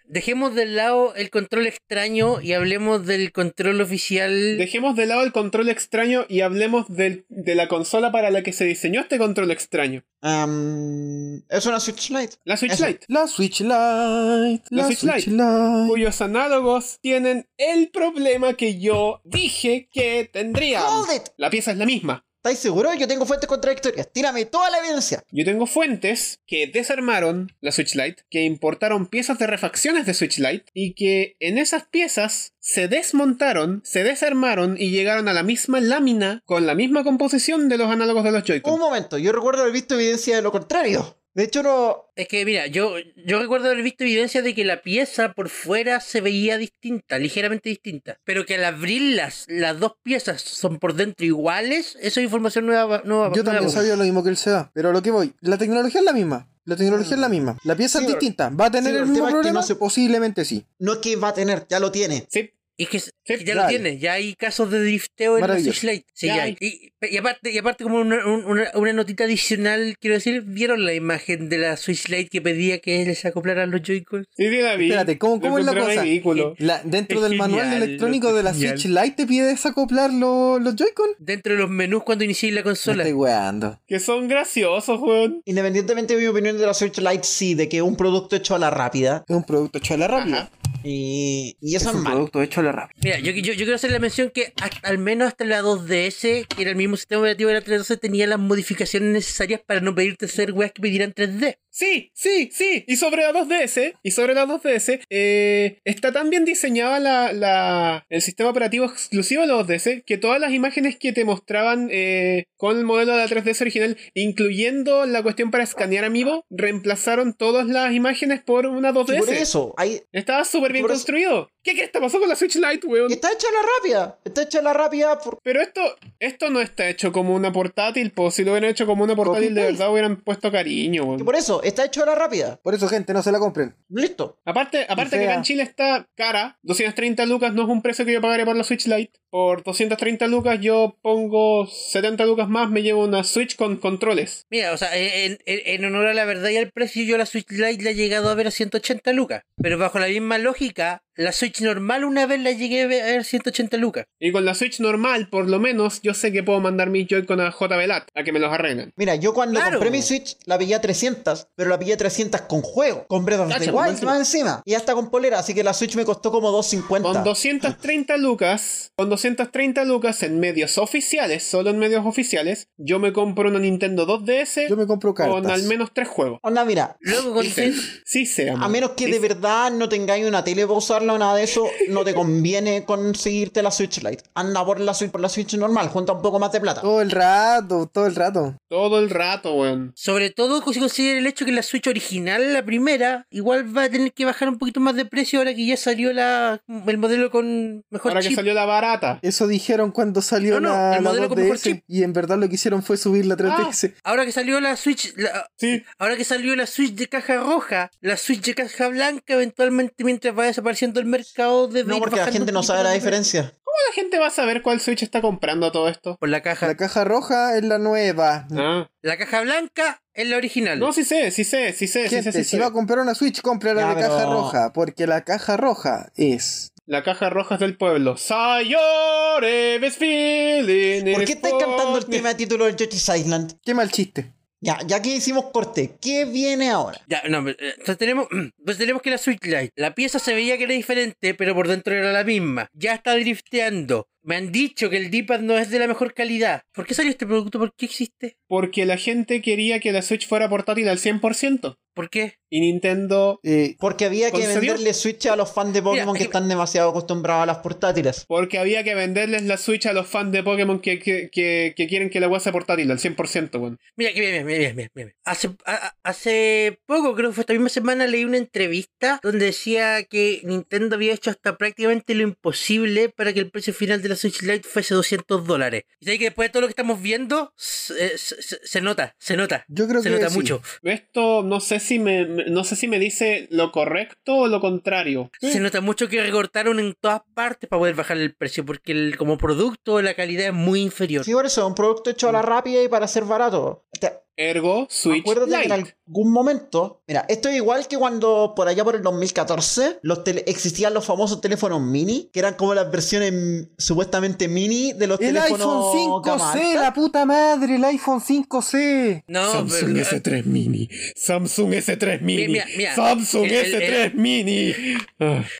dejemos de lado el control extraño y hablemos del control oficial.
Dejemos de lado el control extraño y hablemos del- de la consola para la que se diseñó este control extraño.
Am, Em, es una Switch Lite.
La Switch
Eso.
Lite.
La Switch Lite. La,
La
Switch,
Switch Lite.
Lite.
Cuyos análogos tienen el problema que yo dije que tendría.
Hold it.
La pieza es la misma.
¿Estáis seguros? Yo tengo fuentes contradictorias. Tírame toda la evidencia.
Yo tengo fuentes que desarmaron la Switch Lite, que importaron piezas de refacciones de Switch Lite y que en esas piezas se desmontaron, se desarmaron y llegaron a la misma lámina con la misma composición de los análogos de los
Un
Joy-Con.
momento, yo recuerdo haber visto evidencia de lo contrario. De hecho, no.
Es que mira, yo, yo recuerdo haber visto evidencia de que la pieza por fuera se veía distinta, ligeramente distinta. Pero que al abrirlas, las dos piezas son por dentro iguales, eso es información nueva. nueva
Yo
nueva.
también sabía lo mismo que el SEA. Pero a lo que voy, la tecnología es la misma. La tecnología es la misma. La pieza
Sí,
es
pero-
distinta. ¿Va a tener
sí, pero
el
el
mismo
tema es que
problema?
no se-
Posiblemente sí.
No es que va a tener, ya lo tiene.
Sí,
Y que, que ya
dale.
lo tiene, ya hay casos de drifteo en la
Maravilloso.
Switch Lite. Sí,
Ya
ya
hay.
hay. Y, y aparte, y aparte como una, un- una- una notita adicional, quiero decir, ¿vieron la imagen de la Switch Lite que pedía que les acoplaran los Joy-Cons?
sí, sí, la vi.
Espérate, ¿cómo-
Lo
cómo es la
encontré
cosa?
ridículo.
La- dentro
Es
del manual
genial,
electrónico
loco,
de la
es genial.
Switch Lite te pide desacoplar lo- los Joy-Con.
Dentro de los menús cuando inicié la
Me
consola.
estoy weando.
Que son graciosos, weón.
Independientemente de mi opinión de la Switch Lite, sí, de que es un producto hecho a la rápida.
Es un producto hecho a la rápida.
Ajá.
Y, y eso es, malo.
producto hecho a la rápida.
Mira, yo, yo, yo quiero hacer la mención que hasta- al menos hasta la 2DS, que era el mismo sistema operativo de la 3DS, tenía las modificaciones necesarias para no pedirte hacer weas que pidieran 3D.
Sí, sí, sí. Y sobre la 2DS, y sobre la 2DS, eh, está tan bien diseñada la, la- el sistema operativo exclusivo de la 2DS que todas las imágenes que te mostraban eh, con el modelo de la 3DS original, incluyendo la cuestión para escanear amiibo, reemplazaron todas las imágenes por una
Y por
2DS.
eso, hay,
Estaba súper bien
Por eso-
construido. ¿Qué crees que pasó con la Switch Lite, weón?
está hecho a la rápida. Está hecho a la rápida por.
Pero esto, esto no está hecho como una portátil, po. Si lo hubieran hecho como una portátil, de
Copy-paste.
verdad hubieran puesto cariño,
que
weón.
por eso, está hecho a la rápida.
Por eso, gente, no se la compren.
Listo.
Aparte, aparte que
fea.
acá en Chile está cara, 230 lucas no es un precio que yo pagaría por la Switch Lite. Por 230 lucas yo pongo 70 lucas más, me llevo una Switch con controles.
Mira, o sea, e-, en, en- en honor a la verdad y al precio, yo la Switch Lite la he llegado a ver a 180 lucas. Pero bajo la misma lógica, La Switch normal una vez la llegué a ver 180 lucas.
Y con la Switch normal, por lo menos, yo sé que puedo mandar mis Joy-Con a JBLAT a que me los arreglen.
Mira, yo cuando
Claro.
compré mi Switch la pillé a 300, pero la pillé a 300 con juego. Con Breath of the
Cacha,
Wild
buenísimo.
más encima. Y hasta con polera, así que la Switch me costó como 250.
Con 230 lucas, con 230 lucas en medios oficiales, solo en medios oficiales, yo me compro una Nintendo 2DS
Yo me compro
con
cartas.
al menos tres juegos.
Onda, mira,
Luego con
Sí sé. Sí sé,
a
amor.
menos que
Sí
de
sé.
verdad no tengáis una tele para usarla o nada de eso, no te conviene conseguirte la Switch Lite. Anda por la, Switch- por la Switch normal, junta un poco más de plata.
Todo el rato, todo el rato.
Todo el rato, weón.
Sobre todo si considera el hecho que la Switch original, la primera, igual va a tener que bajar un poquito más de precio ahora que ya salió la, el modelo con mejor
Ahora que
chip.
salió la barata.
Eso dijeron cuando salió
No, no,
la,
el
la
modelo con mejor
2DS.
chip. Ah,
Y en verdad lo que hicieron fue subir la 3DS.
Ahora que salió la Switch, la-
Sí,
ahora que salió la Switch de caja roja, la Switch de caja blanca, eventualmente mientras va desapareciendo el mercado de
No, porque la gente no sabe la diferencia.
la gente va a saber cuál Switch está comprando todo esto.
Por la caja,
La
la,
caja roja es la nueva.
Ah.
caja blanca es la original.
No, sí sé, sí sé, sí sé, sí sé,
Gente,
sí
si
sé.
va a comprar una Switch, compra
Ya,
la de
pero-
caja roja. Porque la caja roja es.
La caja roja es del pueblo. Sayore, best feeling.
¿Por qué estáis cantando el tema de título del Yoshi's Island?
Qué mal chiste.
Ya, ya que hicimos corte, ¿qué viene ahora?
Ya, no, eh, entonces tenemos, pues tenemos que la Switch Lite. La pieza se veía que era diferente, pero por dentro era la misma. Ya está drifteando. Me han dicho que el D-pad no es de la mejor calidad. ¿Por qué salió este producto? ¿Por qué existe?
Porque la gente quería que la Switch fuera portátil al 100%.
¿Por qué?
Y Nintendo.
Eh,
Porque había que
¿Concedió?
venderle Switch a los fans de Pokémon
es
que
que-
están demasiado acostumbrados a las portátiles.
Porque había que venderles la Switch a los fans de Pokémon que, que, que- que quieren que la wea sea portátil al 100%, weón.
Mira, que mira, mira, mira, mira, mira. Hace, a- a- hace poco, creo que fue esta misma semana, leí una entrevista donde decía que Nintendo había hecho hasta prácticamente lo imposible para que el precio final de la Switch Lite fuese 200 dólares. Y sabes que después de todo lo que estamos viendo, se, se- se- se nota, se nota.
Yo creo
se
que
nota
sí.
mucho.
Esto no sé si me, me- no sé si me dice lo correcto o lo contrario.
Se nota mucho que recortaron en todas partes para poder bajar el precio, porque el, como producto la calidad es muy inferior.
Sí, por eso, un producto hecho a la rápida y para ser barato. Te-
Ergo, Switch
Acuérdate que en
Lite.
algún momento, mira, esto es igual que cuando por allá por el 2014 los tele- existían los famosos teléfonos mini, que eran como las versiones mm, supuestamente mini de los
El
teléfonos
iPhone
gama
5C,
alta.
la puta madre, el iPhone 5C.
No, pero- ah,
S3 Mini. Samsung S3 Mini.
mira, mira. Samsung El- el- S3
Mini.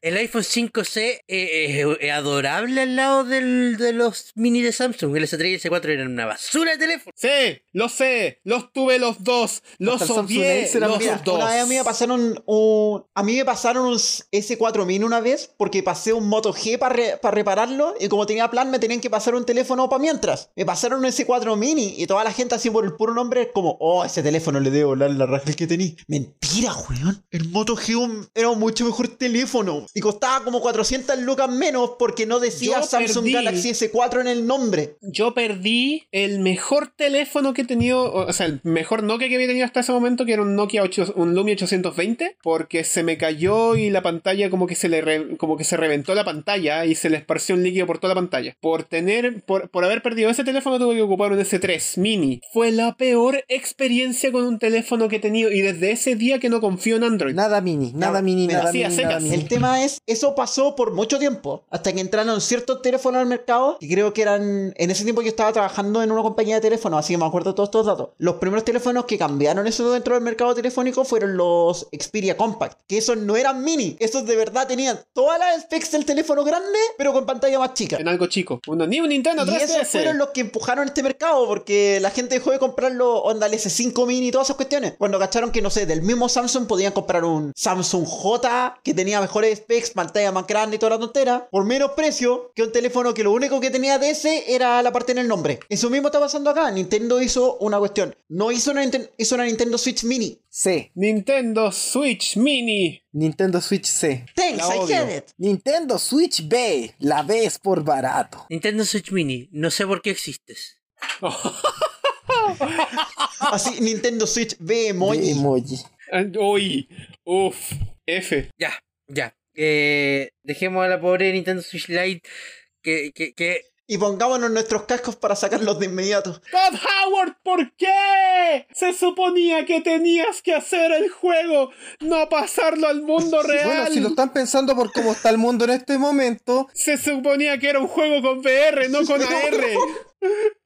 el iPhone 5C es, es- es adorable al lado del- de los mini de Samsung. El S3 y el S4 eran una basura de teléfono.
Sí, lo sé. Los tuve los dos. Los
Hasta el Samsung
odié.
Ace era
Los
Mira,
dos.
una vez a mí me pasaron un, a mí me pasaron un S4 mini una vez porque pasé un Moto G para repararlo y como tenía plan me tenían que pasar un teléfono para mientras. Me pasaron un S4 mini y toda la gente así por el puro nombre como, oh, ese teléfono le debo volar la raja que tenía. Mentira, weón. El Moto G un- era un mucho mejor teléfono y costaba como 400 lucas menos porque no decía
Yo
Samsung
perdí.
Galaxy S4 en el nombre.
Yo perdí el mejor teléfono que he tenido, o sea, el mejor Nokia que había tenido hasta ese momento, que era un Nokia 8, un Lumia 820, porque se me cayó y la pantalla como que se le re- como que se reventó la pantalla y se le esparció un líquido por toda la pantalla. Por tener por, por haber perdido ese teléfono tuve que ocupar un S3 mini. Fue la peor experiencia con un teléfono que he tenido y desde ese día que no confío en Android.
Nada mini, nada mini,
mira,
nada
sí, a
mini, nada
secas.
mini.
El tema es, eso pasó por mucho tiempo, hasta que entraron ciertos teléfonos al mercado, que creo que eran, en ese tiempo yo estaba trabajando en una compañía de teléfonos, así que me acuerdo todos estos datos. Los primeros teléfonos que cambiaron eso dentro del mercado telefónico fueron los Xperia Compact, que esos no eran mini, esos de verdad tenían todas las specs del teléfono grande, pero con pantalla más chica.
En algo chico. Uno, ni un Nintendo
Y
3DS.
esos fueron los que empujaron este mercado porque la gente dejó de comprarlo, onda el S5 mini y todas esas cuestiones. Cuando cacharon que, no sé, del mismo Samsung podían comprar un Samsung J que tenía mejores specs, pantalla más grande y toda la tontera, por menos precio que un teléfono que lo único que tenía de ese era la parte en el nombre. Eso mismo está pasando acá. Nintendo hizo una cuestión. No hizo una, Ninten- hizo una Nintendo Switch mini.
C.
Nintendo Switch Mini.
Nintendo Switch C.
Thanks,
La
I
odio.
get it.
Nintendo Switch B. La B es por barato.
Nintendo Switch Mini, no sé por qué existes.
Así, Nintendo Switch B
De
emoji.
emoji.
And- Uy. Uf. F.
Ya, ya. Eh, dejemos a la pobre Nintendo Switch Lite que, que, que
y pongámonos nuestros cascos para sacarlos de inmediato.
Todd Howard, ¿por qué? Se suponía que tenías que hacer el juego, no pasarlo al mundo real.
Bueno, si lo están pensando por cómo está el mundo en este momento,
Se suponía que era un juego con VR, no con AR.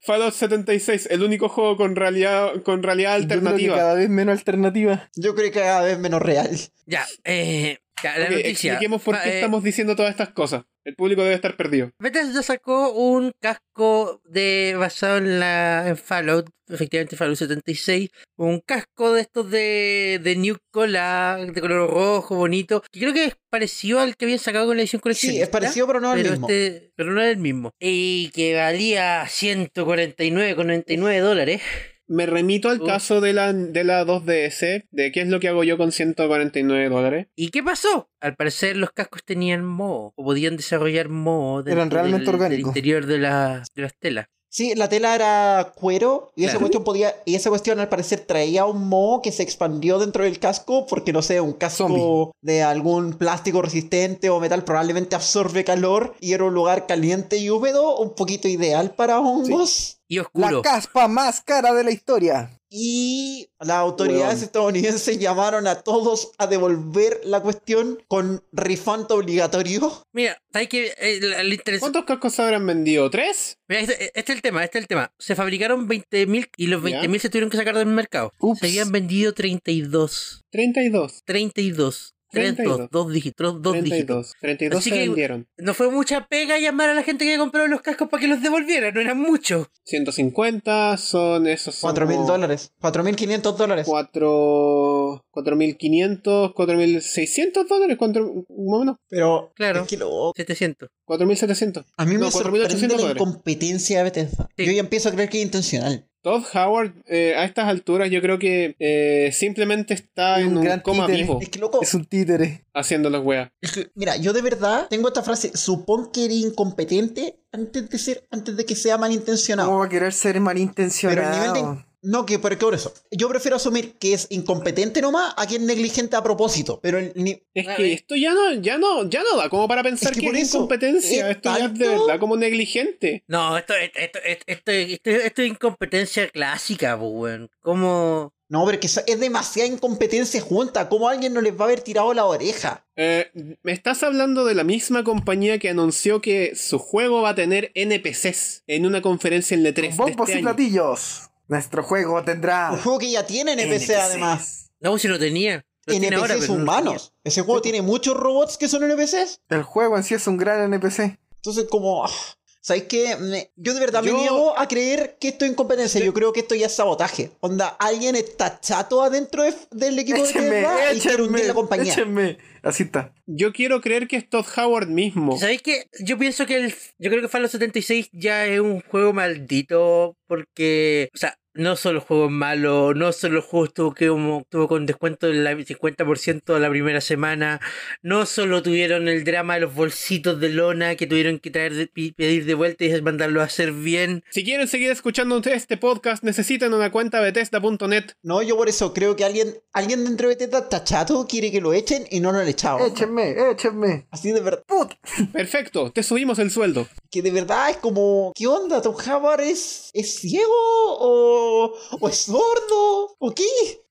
Fallout 76, el único juego con realidad, con realidad
yo creo que
alternativa.
cada vez menos alternativa.
Yo creo que cada vez menos real.
Ya, eh, ya, la
Ok,
noticia.
Expliquemos por
Ah,
qué
eh,
estamos diciendo todas estas cosas. El público debe estar perdido.
Bethesda sacó un casco de basado en la en Fallout, efectivamente Fallout 76, un casco de estos de, de New Cola, de color rojo, bonito, que creo que es parecido al que habían sacado con la edición coleccionista.
Sí, es parecido pero no es el
pero
mismo.
este- pero no era el mismo. Y que valía 149,99 dólares.
Me remito al
Uf.
caso de la, de la 2DS, de qué es lo que hago yo con 149 dólares.
¿Y qué pasó? Al parecer los cascos tenían moho, o podían desarrollar moho dentro
Eran realmente
del- del
orgánicos.
interior de, la- de las telas.
Sí, la tela era cuero y esa
Claro.
cuestión podía y esa cuestión al parecer traía un moho que se expandió dentro del casco porque no sé, un casco
Zombie.
de algún plástico resistente o metal probablemente absorbe calor y era un lugar caliente y húmedo, un poquito ideal para hongos.
Y
La
oscuro.
caspa más cara de la historia.
Y las autoridades estadounidenses llamaron a todos a devolver la cuestión con refund obligatorio.
Mira, hay que eh, la- lo interesante-
¿Cuántos cascos habrán vendido? ¿Tres?
Mira, este, este es el tema, este es el tema. Se fabricaron 20.000 y los
Ya.
20.000 se tuvieron que sacar del mercado.
Ups.
Se habían vendido 32.
32.
32. 32.
32.
Dos dígitos. Dos dígitos.
32. 32
Así
se
que-
vendieron.
No fue mucha pega llamar a la gente que compró los cascos para que los devolviera. No eran muchos.
150 son esos. son
4.000
como
dólares. 4.500 dólares.
cuatro- 4.500, 4.600 dólares, cuatro- más o menos.
Pero
Claro.
es que lo-
700.
4.700.
a mí
No,
me
4.800
sorprende la
dólares.
incompetencia de Bethesda.
Sí.
Yo ya empiezo a creer que es intencional.
Todd Howard, eh, a estas alturas, yo creo que eh, simplemente está
Un
en un
gran
coma
títere.
vivo
Es que loco,
Es un títere.
haciendo las weas.
es que, mira, yo de verdad tengo esta frase, supón que eres incompetente antes de ser antes de que sea malintencionado.
Oh,
¿Cómo va a querer ser malintencionado?
Pero el nivel de... in- No, que por por eso. Yo prefiero asumir que es incompetente nomás a que es negligente a propósito. Pero el ni-
Es
A
que
ver.
esto ya no, ya no, ya no da como para pensar
que
que,
por
es
eso,
incompetencia.
es
Esto ya es de
tanto-
verdad como negligente.
No, esto, esto, esto, esto, esto- esto- esto es incompetencia clásica, pues, weón. Como.
No, pero que eso es demasiada incompetencia junta. ¿Cómo alguien no les va a haber tirado la oreja?
Eh, me estás hablando de la misma compañía que anunció que su juego va a tener NPCs en una conferencia en L3 de este
Bombos y
año.
platillos. Nuestro juego
Ah.
tendrá.
Un juego que ya tiene NPC
NPCs.
además.
No, pues si lo tenía. Lo tiene
NPCs
ahora, pero no lo pues.
humanos. Ese juego tiene muchos robots que son NPCs.
El juego en sí es un gran NPC.
Entonces, como. ah, ¿Sabéis qué? Me- yo de verdad
Yo-
me niego a creer que esto es incompetencia. Yo creo que esto ya es sabotaje. Onda, alguien está chato adentro de- del equipo de
Échenme,
Tesla y quiere hundir
échenme,
la compañía.
échenme. Así está.
Yo quiero creer que es Todd Howard mismo.
¿Sabéis qué? Yo pienso que el. Yo creo que Fallout 76 ya es un juego maldito. Porque. O sea, no solo el juego es malo. No solo el juego estuvo, que, como- tuvo con descuento del 50% la primera semana. No solo tuvieron el drama de los bolsitos de lona que tuvieron que traer de- pi- pedir de vuelta y mandarlo a hacer bien.
Si quieren seguir escuchando este podcast, necesitan una cuenta Bethesda.net.
No, yo por eso creo que alguien, alguien dentro de Tesla está chato, quiere que lo echen y no lo han echado.
Échenme, échenme.
Así de verdad.
Put.
Perfecto, te subimos el sueldo.
que de verdad es como, ¿qué onda? ¿Tom Howard es, es ciego o, o es sordo? ¿O qué?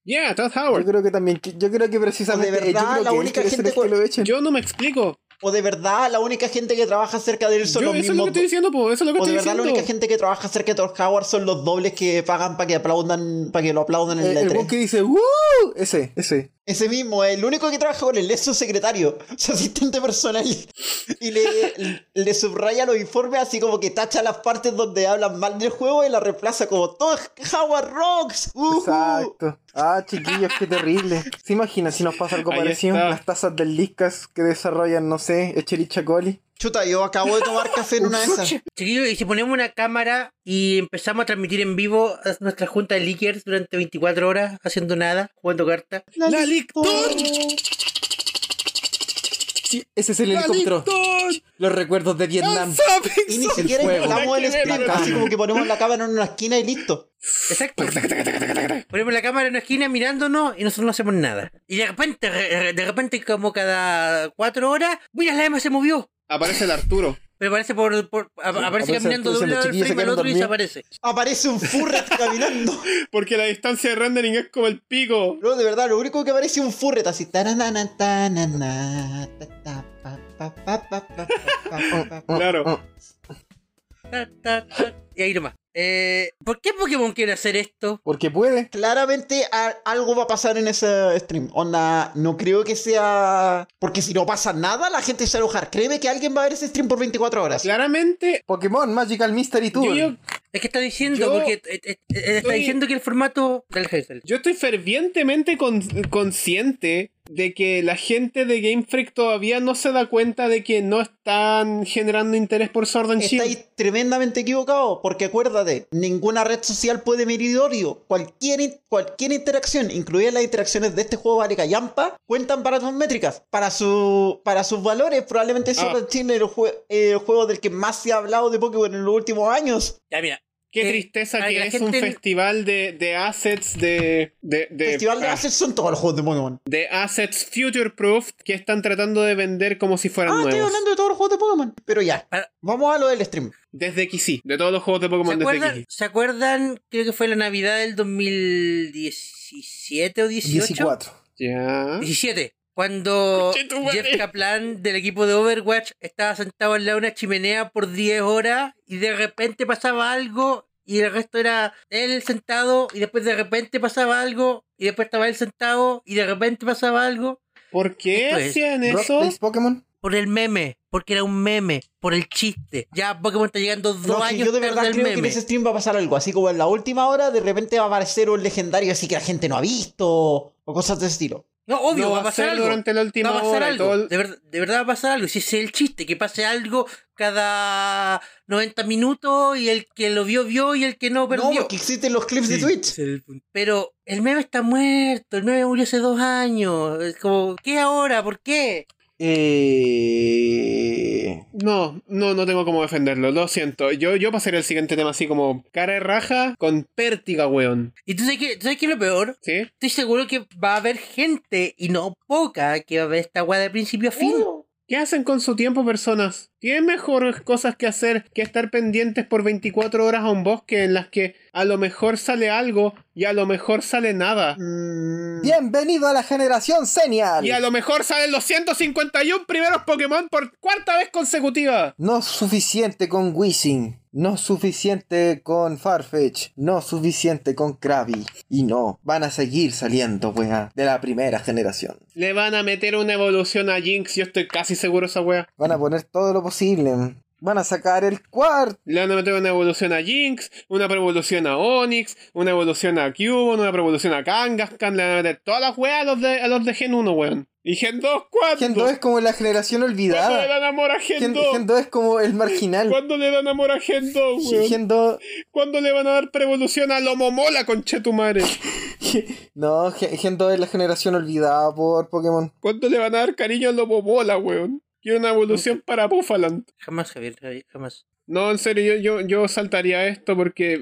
Yeah, Todd
Yo
Howard.
creo que también, que- yo creo que precisamente.
Pues
eh,
De verdad,
yo creo
la
que él
única
quiere ser
gente
el que
con-
lo echen.
Yo no me explico.
¿O de verdad la única gente que trabaja cerca de él son
Yo,
los
eso es lo
mismos?
que estoy diciendo, po, eso es lo que
do- o de
estoy
verdad la única
diciendo.
gente que trabaja cerca de Tom Howard son los dobles que pagan para que aplaudan, para que lo aplaudan en
Eh,
la
el
E3.
weón que dice ¡Woo! Ese, ese.
Ese mismo, el único que trabaja con él es su secretario, su asistente personal. Y le, le subraya los informes así como que tacha las partes donde hablan mal del juego y la reemplaza como Todd Howard Rocks. ujú".
Exacto. Ah, chiquillos, qué terrible. ¿Se imaginan si nos pasa algo
Ahí
parecido?
está.
Las tazas del Liscas que desarrollan, no sé, Echeri Chacoli.
Chuta, yo acabo de tomar café en una de esas.
Chiquillos, y si ponemos una cámara y empezamos a transmitir en vivo a nuestra junta de leakers durante 24 horas, haciendo nada, jugando cartas.
La, lector.
Sí, ese es el
La
helicóptero.
lictor. Ah,
Los recuerdos de Vietnam.
Y ni siquiera
fuego.
instalamos el
Nada que ver,
stream,
nada
así
que
como que ponemos la cámara en una esquina y listo.
Exacto. Ponemos la cámara en una esquina mirándonos y nosotros no hacemos nada. Y de repente, re- re- de repente como cada cuatro horas, mira, la Emma se movió.
Aparece el Arturo.
Pero aparece, por, por- a- aparece
Aparece
caminando
Arturo
de un
diciendo,
lado del
"Chiquillos, se
frame al
quedaron
otro y
dormidos".
desaparece.
Aparece un Furret caminando.
Porque la distancia de rendering es como el pico.
No, de verdad, lo único que aparece es un Furret así. taranana, tanana, ta, ta, pa, pa, pa, pa, pa, pa, pa, pa.
Claro.
Ta, ta, ta. Y ahí nomás. Eh, ¿Por qué Pokémon quiere hacer esto?
Porque puede.
Claramente a- algo va a pasar en ese stream. Onda, no creo que sea. Porque si no pasa nada, la gente se va a enojar. Créeme que alguien va a ver ese stream por 24 horas.
Claramente,
Pokémon Magical Mystery
yo,
Tour.
yo,
Es que está diciendo,
Yo
porque eh, eh, eh, está
estoy-
diciendo que el formato del Hazel.
yo estoy fervientemente con- consciente de que la gente de Game Freak todavía no se da cuenta de que no están generando interés por Sword and Shield.
Estáis tremendamente equivocados, porque acuérdate, ninguna red social puede medir odio. Cualquier, in- cualquier interacción, incluidas las interacciones de este juego vale callampa, cuentan para sus métricas. Para, su, para sus valores, probablemente Sword
Ah.
and Shield es el, jue- el juego del que más se ha hablado de Pokémon en los últimos años.
Ya, mira.
Qué
Eh,
tristeza
a
que
la
es un
gente-
festival de, de assets de. de, de-
Festival de
ah,
Assets son todos los juegos de Pokémon.
de assets future proof que están tratando de vender como si fueran
Ah, estoy
nuevos.
hablando de todos los juegos de Pokémon. Pero ya,
Para-
vamos a lo del stream.
Desde XC, de todos los juegos de
¿Se
Pokémon desde
acuerdan?
XC.
¿Se acuerdan? Creo que fue la Navidad del 2017 o 18.
14.
Ya.
17. Cuando
¿Mm? Conche tu madre.
Jeff Kaplan del equipo de Overwatch estaba sentado al lado de una chimenea por 10 horas y de repente pasaba algo y el resto era él sentado y después de repente pasaba algo y después estaba él sentado y de repente pasaba algo
¿Por qué
Esto es
hacían
Rock
eso?
Place Pokémon.
por el meme, porque era un meme, por el chiste. Ya Pokémon está llegando dos
No, que
años
yo de
tarde
verdad
al
creo que en
meme.
ese stream va a pasar algo. Así como en la última hora, de repente va a aparecer un legendario así que la gente no ha visto. O cosas de ese estilo.
No, obvio,
No
va a pasar
ser
algo.
durante la última
va a pasar
hora y
algo.
todo el-
De, ver- de verdad va a pasar algo. Si ese es el chiste, que pase algo cada 90 minutos y el que lo vio, vio y el que no, perdió.
No, porque existen los clips de
Sí,
Twitch.
ese es el punto. Pero el meme está muerto, el meme murió hace dos años. Es como, ¿qué ahora? ¿Por qué?
Eh...
No, no, no tengo cómo defenderlo, lo siento. Yo, yo pasaré al siguiente tema así como cara de raja con pértiga, weón.
¿Y tú sabes qué, tú sabes qué es lo peor?
¿Sí?
Estoy seguro que va a haber gente, y no poca, que va a ver esta weá de principio a fin.
¿Qué hacen con su tiempo, personas? Tienen mejores cosas que hacer que estar pendientes por 24 horas a un bosque en las que a lo mejor sale algo y a lo mejor sale nada.
Mm,
Bienvenido a la generación Senial.
Y a lo mejor salen los 151 primeros Pokémon por cuarta vez consecutiva.
No es suficiente con Wishing. No es suficiente con Farfetch. No es suficiente con Krabby. Y no, van a seguir saliendo, wea, de la primera generación.
Le van a meter una evolución a Jinx, yo estoy casi seguro esa wea.
Van a poner todo lo posible. Van a sacar el cuarto.
Le van a meter una evolución a Jinx, una evolución a Onix, una evolución a Cubone, una evolución a Kangaskhan, le van a meter todas las weas a los de, a los de Gen 1, weón. ¿Y Gen 2 cuándo?
Gen 2 es como la generación
¿Cuándo le
olvidada.
dan amor a Gen,
Gen,
2?
Gen 2 es como el marginal.
¿Cuándo le dan amor a Gen 2, weón?
Gen 2...
¿Cuándo le van a dar prevolución a Lomomola, conchetumare?
No, Gen Gen 2 es la generación olvidada por Pokémon.
¿Cuándo le van a dar cariño a Lomomola, weón? Quiero una evolución para Buffaland.
Jamás, Javier, Javier, jamás.
No, en serio, yo, yo, yo saltaría esto porque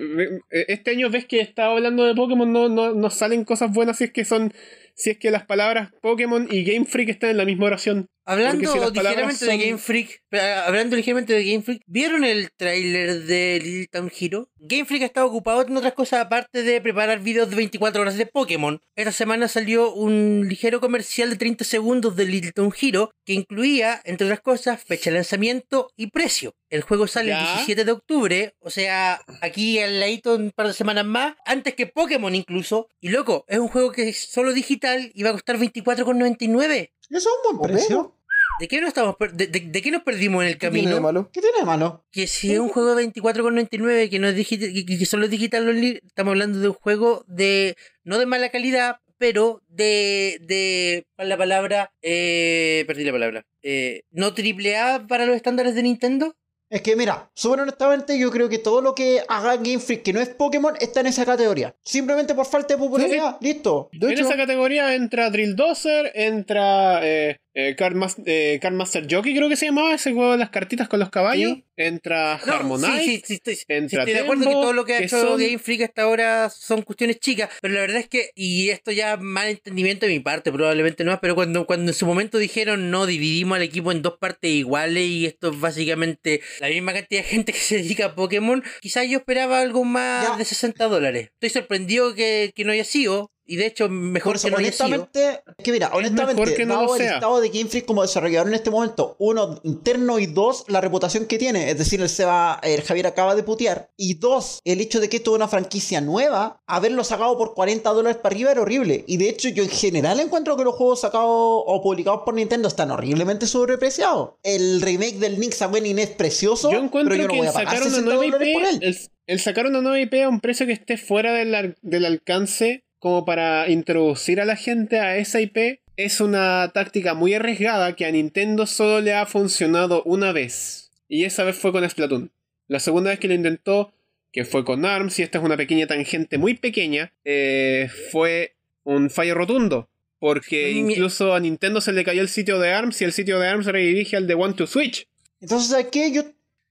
eh, este año ves que estaba hablando de Pokémon, no, no, no salen cosas buenas si es que son. Si es que las palabras Pokémon y Game Freak están en la misma oración.
Hablando
Porque si las palabras
ligeramente
son-
de Game Freak, eh, hablando ligeramente de Game Freak, ¿vieron el tráiler de Little Town Hero? Game Freak ha estado ocupado en otras cosas aparte de preparar videos de 24 horas de Pokémon. Esta semana salió un ligero comercial de 30 segundos de Little Town Hero que incluía, entre otras cosas, fecha de lanzamiento y precio. El juego sale el
Ya.
17 de octubre, o sea, aquí al ladito un par de semanas más, antes que Pokémon incluso. Y loco, es un juego que es solo digital y va a costar 24,99.
Eso es un buen
Opero.
precio.
¿De qué, nos estamos per- de, de- de qué nos perdimos en el
¿Qué tiene de
camino?
malo?
¿Qué tiene de malo?
Que si es un juego de 24,99 que, no es digita- que, que solo es digital only, estamos hablando de un juego de no de mala calidad, pero de. de ¿cuál es la palabra? Eh, perdí la palabra. Eh, ¿No triple A para los estándares de Nintendo?
Es que mira, súper honestamente, yo creo que todo lo que haga Game Freak que no es Pokémon está en esa categoría. Simplemente por falta de popularidad. Listo.
De
en
hecho,
esa categoría entra Drill Dozer, entra eh, Eh, Card, Mas- eh, Card Master Jockey creo que se llamaba ese juego de las cartitas con los caballos.
Sí.
Entra
No,
Harmonite.
sí, sí, sí, estoy, sí,
entra
estoy de acuerdo que
Tembo,
todo lo que ha
que
hecho
son-
Game Freak hasta ahora son cuestiones chicas, pero la verdad es que, y esto ya mal entendimiento de mi parte, probablemente no más, pero cuando, cuando en su momento dijeron no, dividimos al equipo en dos partes iguales y esto es básicamente la misma cantidad de gente que se dedica a Pokémon, quizás yo esperaba algo más
Ya.
de 60 dólares. Estoy sorprendido que, que no haya sido, y de hecho, mejor
Por eso,
que no haya sido.
honestamente, es que mira,
mejor
honestamente,
que no
dado
lo
el
sea.
estado de Game Freak como desarrollador en este momento, uno, interno, y dos, la reputación que tiene, es decir, el, Seba, el Javier acaba de putear, y dos, el hecho de que esto es una franquicia nueva, haberlo sacado por 40 dólares para arriba era horrible, y de hecho yo en general encuentro que los juegos sacados o publicados por Nintendo están horriblemente sobrepreciados. El remake del Nick Awakening es precioso,
Yo encuentro
pero yo no
que
voy
el
a pagar
sacar
60
una nueva IP,
dólares por él.
el, el sacar una nueva IP a un precio que esté fuera del, al- del alcance como para introducir a la gente a esa IP es una táctica muy arriesgada que a Nintendo solo le ha funcionado una vez. Y esa vez fue con Splatoon. La segunda vez que lo intentó, que fue con ARMS, y esta es una pequeña tangente muy pequeña, eh, fue un fallo rotundo. Porque
Mi-
incluso a Nintendo se le cayó el sitio de ARMS y el sitio de ARMS redirige al de One to Switch.
Entonces, ¿sabes qué? Yo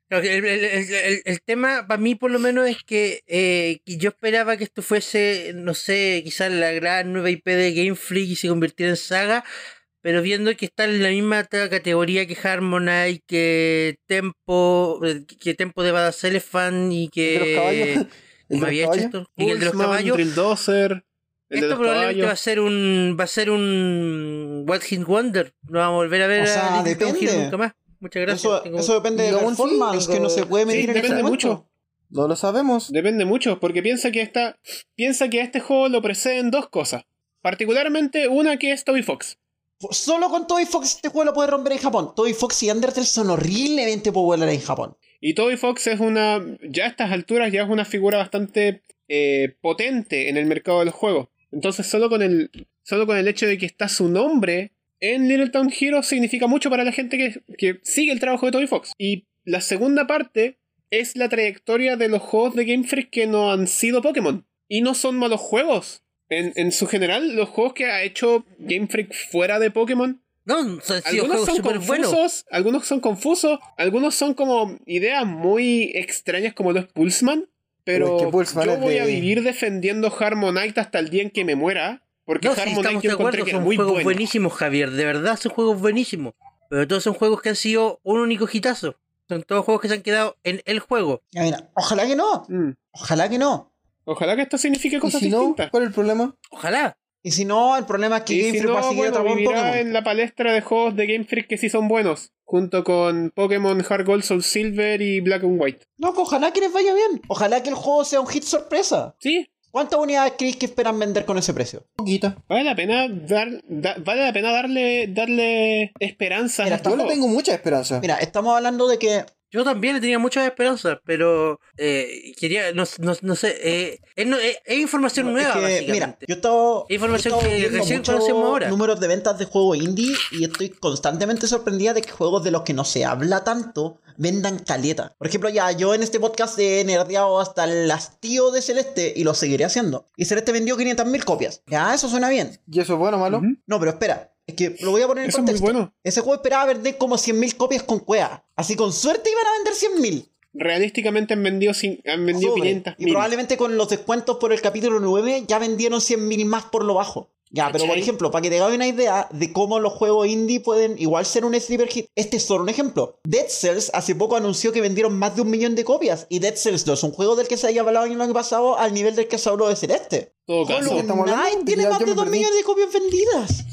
Claro, El, el- el- el- el tema para mí por lo menos es que, eh, que yo esperaba que esto fuese, no sé, quizás la gran nueva IP de Game Freak y se convirtiera en saga, pero viendo que está en la misma ta- categoría que Harmonite, que Tempo, eh, que Tempo de Badass Elephant y que...
de los caballos.
¿Me
El de
había
los
hecho
caballos.
esto? Y el de los
Pulseman,
caballos.
Drilldozer, el de
Esto
los
probablemente va a
caballos.
ser un va a ser un What Hit Wonder. No vamos a volver a ver
O
a
sea,
Little Town Hero
depende.
nunca más. Muchas gracias.
eso,
Tengo-
eso depende de
Y
la
aún sí,
performance,
tengo-
que no se puede medir
Sí,
en este
depende
momento.
mucho.
No lo sabemos.
Depende mucho, porque piensa que esta, piensa que a este juego lo preceden dos cosas. Particularmente una que es Toby Fox.
Solo con Toy Fox este juego lo puede romper en Japón. Toy Fox y Undertale son horriblemente populares en Japón.
Y Toby Fox es una, ya a estas alturas ya es una figura bastante eh, potente en el mercado de los juegos. Entonces solo con el, solo con el hecho de que está su nombre en Little Town Hero significa mucho para la gente que, que sigue el trabajo de Toby Fox. Y la segunda parte es la trayectoria de los juegos de Game Freak que no han sido Pokémon. Y no son malos juegos. En, en su general, los juegos que ha hecho Game Freak fuera de Pokémon
No, son- han sido
algunos
juegos
son
súper
confusos,
buenos.
algunos son confusos, algunos son como ideas muy extrañas como lo es Pulseman, pero
Pero es que Pulseman
yo
es
voy a
de-
vivir defendiendo Harmonite hasta el día en que me muera, porque
No, sí,
Harmonite
estamos
yo
de
encontré
acuerdo,
que era
son
muy
juegos
bueno.
buenísimos, Javier, de verdad son juegos buenísimos. Pero todos son juegos que han sido un único hitazo. Son todos juegos que se han quedado en el juego.
Ya, mira, ojalá que no.
Mm.
Ojalá que no.
Ojalá que esto signifique
¿Y
cosas
si no?
distintas.
¿Cuál es el problema?
Ojalá.
Y si no, el problema es que
Y
Game
si
Freak
no,
va a seguir
bueno,
atrapado en
vivirá
Pokémon.
en la palestra de juegos de Game Freak que sí son buenos, junto con Pokémon Hard Gold, Soul Silver y Black and White.
No, que ojalá que les vaya bien. Ojalá que el juego sea un hit sorpresa.
Sí,
¿Cuántas unidades creéis que esperan vender con ese precio?
Poquita.
vale la pena dar, da- vale la pena darle darle esperanzas
Mira,
a este
Yo le
juego.
tengo mucha esperanza.
Mira, estamos hablando de que
Yo también le tenía muchas esperanzas, pero eh, quería, no, no, no sé, eh, es, no- es- es información
No, es
nueva,
que, Mira,
básicamente.
yo he estado.
Información
yo he estado
que
viendo
recién
mucho
conocemos ahora.
Números de ventas de juegos indie y estoy constantemente sorprendida de que juegos de los que no se habla tanto vendan caleta. Por ejemplo, ya yo en este podcast he nerdeado hasta el hastío de Celeste y lo seguiré haciendo. Y Celeste vendió 500.000 copias. Ya, eso suena bien.
¿Y eso es bueno o malo?
Ujú.
No, pero espera. Es que lo voy a poner en
Eso es muy
contexto.
bueno.
Ese juego esperaba vender como 100.000 copias con cuea. Así con suerte iban a vender 100.000.
Realísticamente han vendido, cin- han vendido
Sobre.
500
Y probablemente con los descuentos por el capítulo 9 ya vendieron 100.000 más por lo bajo. Ya, pero por
¿Cachai?
ejemplo, para que te hagas una idea de cómo los juegos indie pueden igual ser un sleeper hit, este es solo un ejemplo. Dead Cells hace poco anunció que vendieron más de un millón de copias. Y Dead Cells 2, un juego del que se haya hablado en el año pasado al nivel del que se habló de Celeste.
todo
Solo
Hollow
caso.
estamos hablando,
Knight tiene
ya-
más
ya
de
me
2
perdí.
millones de copias vendidas.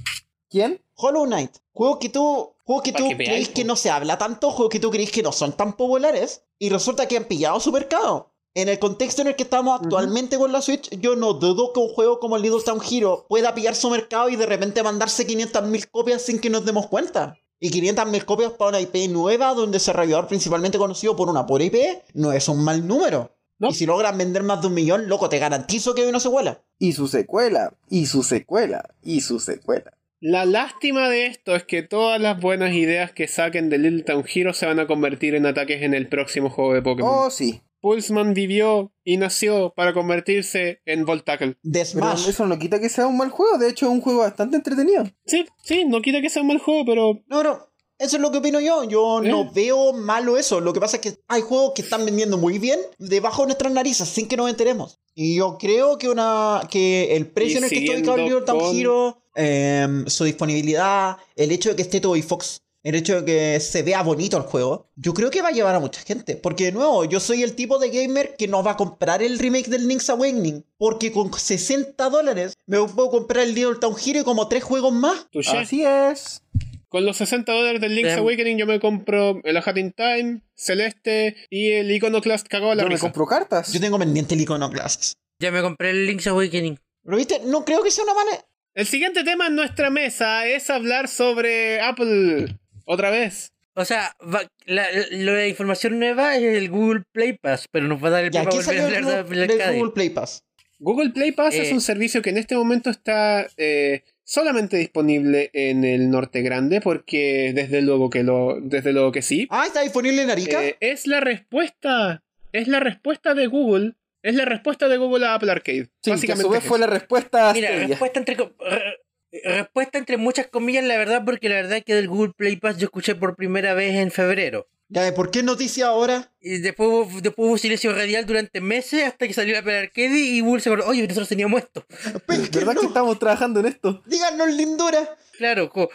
¿Quién?
Hollow Knight, juego que tú, juego que
Pa'
tú
que veáis,
creís que
po.
no se habla tanto, juego que tú creís que no son tan populares, y resulta que han pillado su mercado. En el contexto en el que estamos actualmente con la Switch, yo no dudo que un juego como Little Town Hero pueda pillar su mercado y de repente mandarse 500.000 copias sin que nos demos cuenta. Y 500.000 copias para una IP nueva de un desarrollador principalmente conocido por una pura IP no es un mal número.
No.
Y si logran vender más de un millón, loco, te garantizo que hay una secuela.
Y su secuela, y su secuela, y su secuela.
La lástima de esto es que todas las buenas ideas que saquen de Little Town Hero se van a convertir en ataques en el próximo juego de Pokémon.
Oh, sí.
Pulseman vivió y nació para convertirse en Volt Tackle.
De
Pero
Smash.
eso no quita que sea un mal juego, de hecho es un juego bastante entretenido.
Sí, sí, no quita que sea un mal juego, pero
No, no. Eso es lo que opino yo. Yo
¿Eh?
no veo malo eso. Lo que pasa es que hay juegos que están vendiendo muy bien debajo de nuestras narices sin que nos enteremos. Y yo creo que una que el precio
Y
en el que está
siguiendo
ubicado el Down
con-
Hero, em, su disponibilidad, el hecho de que esté Toby Fox, el hecho de que se vea bonito el juego, yo creo que va a llevar a mucha gente. Porque de nuevo, yo soy el tipo de gamer que no va a comprar el remake del Link's Awakening. Porque con 60 dólares me puedo comprar el Little Town Hero y como tres juegos más.
touché.
Así es.
Con los 60 dólares del Link's
Em.
Awakening yo me compro el A Hat in Time, Celeste y el Iconoclast cagado a la
Yo me
risa.
compro cartas.
Yo tengo pendiente el Iconoclasts.
Ya me compré el Link's Awakening.
¿Lo viste? No creo que sea una mala.
El siguiente tema en nuestra mesa es hablar sobre Apple. Otra vez.
O sea, va- la, la- lo de información nueva es el Google Play Pass, pero nos va a dar el
Ya,
pie
aquí
para volver
salió
a
el
hablar de
Google,
Apple
del
Arcade.
Google Play Pass.
Google Play Pass
Eh.
es un servicio que en este momento está eh, solamente disponible en el norte grande, porque desde luego que lo, desde luego que sí.
Ah, está disponible en Arica.
Eh, es la respuesta. Es la respuesta de Google. Es la respuesta de Google a Apple Arcade.
Sí, que a
Básicamente
su vez
es
fue la respuesta a este
Mira,
Stadia.
respuesta entre, co- re- respuesta entre muchas comillas, la verdad, porque la verdad es que del Google Play Pass yo escuché por primera vez en febrero.
Ya, ¿por qué noticia ahora?
Y después hubo, después hubo silencio radial durante meses hasta que salió la Apple Arcade y Google se acordó, oye, nosotros teníamos esto.
Pero es
Es
que
pues, verdad
Pues, no.
que estamos trabajando en esto.
Díganos lindura.
Claro, co-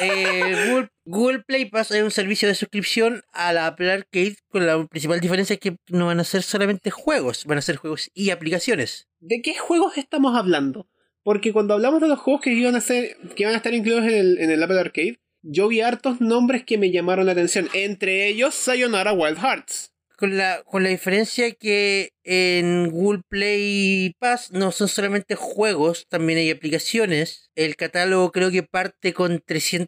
eh, Google, Google Play Pass es un servicio de suscripción a la Apple Arcade con la principal diferencia es que no van a ser solamente juegos, van a ser juegos y aplicaciones.
¿De qué juegos estamos hablando? Porque cuando hablamos de los juegos que iban a ser, que iban a estar incluidos en el, en el Apple Arcade, yo vi hartos nombres que me llamaron la atención. Entre ellos, Sayonara Wild Hearts.
Con la, con la diferencia que en Google Play Pass no son solamente juegos, también hay aplicaciones. El catálogo creo que parte con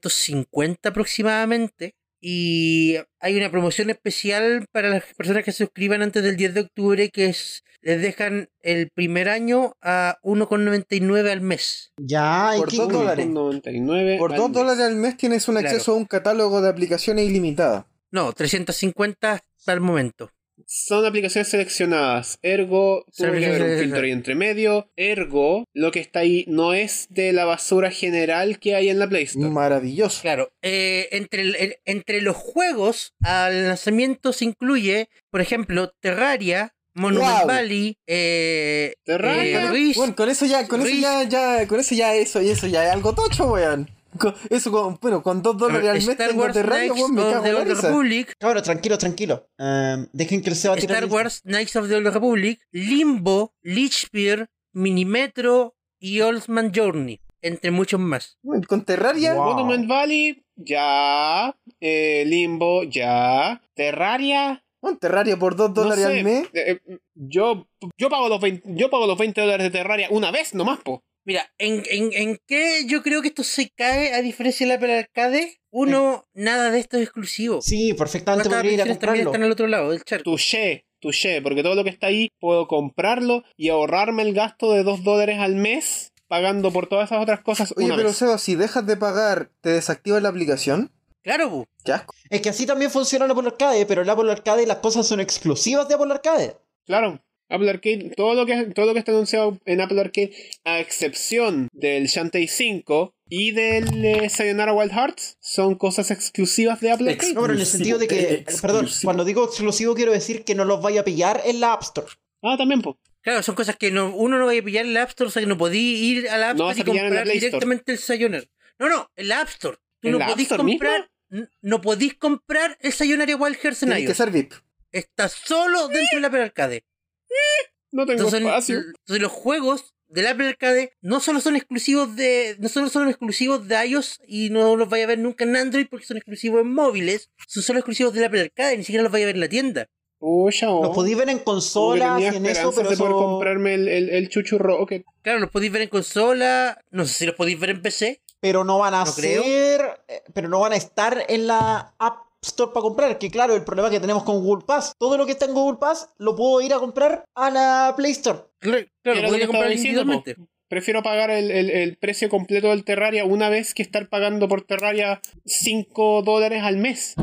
350 aproximadamente. Y hay una promoción especial para las personas que se suscriban antes del 10 de octubre que es, les dejan el primer año a 1,99 al mes.
Ya, ¿en
Por
qué
dos
grupo?
dólares.
99
Por
al
2
mes.
dólares al mes tienes un
Claro.
acceso a un catálogo de aplicaciones ilimitada.
No, 350 hasta el momento.
Son aplicaciones seleccionadas. Ergo, tuve que
Servicios
ver un
de-
filtro ahí entre medio. Ergo, lo que está ahí no es de la basura general que hay en la Play Store.
Mm, Maravilloso.
Claro, eh, entre, el- el- entre los juegos al lanzamiento se incluye, por ejemplo, Terraria, Monument
Wow.
Valley, eh,
Terraria.
eh, Risk.
Bueno, con eso ya, con eso
Risk.
ya, ya, con eso ya, eso y eso ya es algo tocho, weón. Con- Eso con, bueno, con 2 dólares al mes
eh, Star
tengo
Wars
terrario,
Knights
weón, me
of
cago
the
en la
Old
risa.
Republic,
Cabros, tranquilo, tranquilo. Em, dejen que el Seba tire
Star
el-
Wars Knights of the Old Republic, Limbo, Lichpeer, Minimetro y Old Man Journey, entre muchos más.
Weón, con Terraria,
Wow.
Monument Valley, ya. Eh, Limbo, ya. Terraria,
weón, Terraria por 2
No
dólares
sé,
al mes.
eh, eh, yo, yo, pago los 20, yo pago los 20 dólares de Terraria una vez nomás, po.
Mira, ¿en, en, en qué yo creo que esto se cae a diferencia de la Apple Arcade? Uno, nada de esto es exclusivo.
Sí, perfectamente
Las
podría ir a
aplicaciones también
comprarlo.
están al otro lado del charco.
Touché, touché, porque todo lo que está ahí puedo comprarlo y ahorrarme el gasto de 2 dólares al mes pagando por todas esas otras cosas
Oye,
una
pero
vez.
Seba, si dejas de pagar, te desactivas la aplicación.
Claro, bu.
Qué asco.
Es que así también funciona la Apple Arcade, pero la Apple Arcade las cosas son exclusivas de Apple Arcade.
Claro. Apple Arcade, todo lo, que, todo lo que está anunciado en Apple Arcade, a excepción del Shantae 5 y del eh, Sayonara Wild Hearts, son cosas exclusivas de Apple Arcade.
No, pero en el sentido de que,
Exclusivo, eh,
perdón,
exclusivo.
cuando digo exclusivo quiero decir que no los vaya a pillar en la App Store.
Ah, también, po.
Claro, son cosas que no, uno no va a pillar en la App Store, o sea que no podí ir a la App
No
Store
vas
y
a pillar en la
comprar
Play Store.
directamente el Sayonara. No, no, en la App Store. Tú
¿En
no
la App
podís
Store
comprar, n- no podís comprar el Sayonara Wild Hearts en
Tienes que
iOS.
ser VIP.
Está solo dentro del Apple Arcade.
No tengo
Entonces,
espacio.
entonces los juegos del Apple Arcade no solo son exclusivos de no solo son exclusivos de iOS y no los vaya a ver nunca en Android porque son exclusivos en móviles, son solo exclusivos del Apple Arcade, ni siquiera los vaya a ver en la tienda.
Pucha, oh.
Los podéis ver en consolas y
Tenía
en eso,
esperanzas
pero
de
eso...
poder comprarme el, el, el Chuchu Rocket.
Claro, los podéis ver en consola, no sé si los podéis ver en PC.
pero no van a
No creo.
ser, eh, pero no van a estar en la App Store para comprar. Que claro, el problema que tenemos con Google Pass, todo lo que está en Google Pass lo puedo ir a comprar a la Play Store.
Claro,
Era lo
lo
que
podría
estaba
comprar
diciendo, po.
individualmente.
Prefiero pagar el, el- el precio completo del Terraria una vez que estar pagando por Terraria 5 dólares al mes.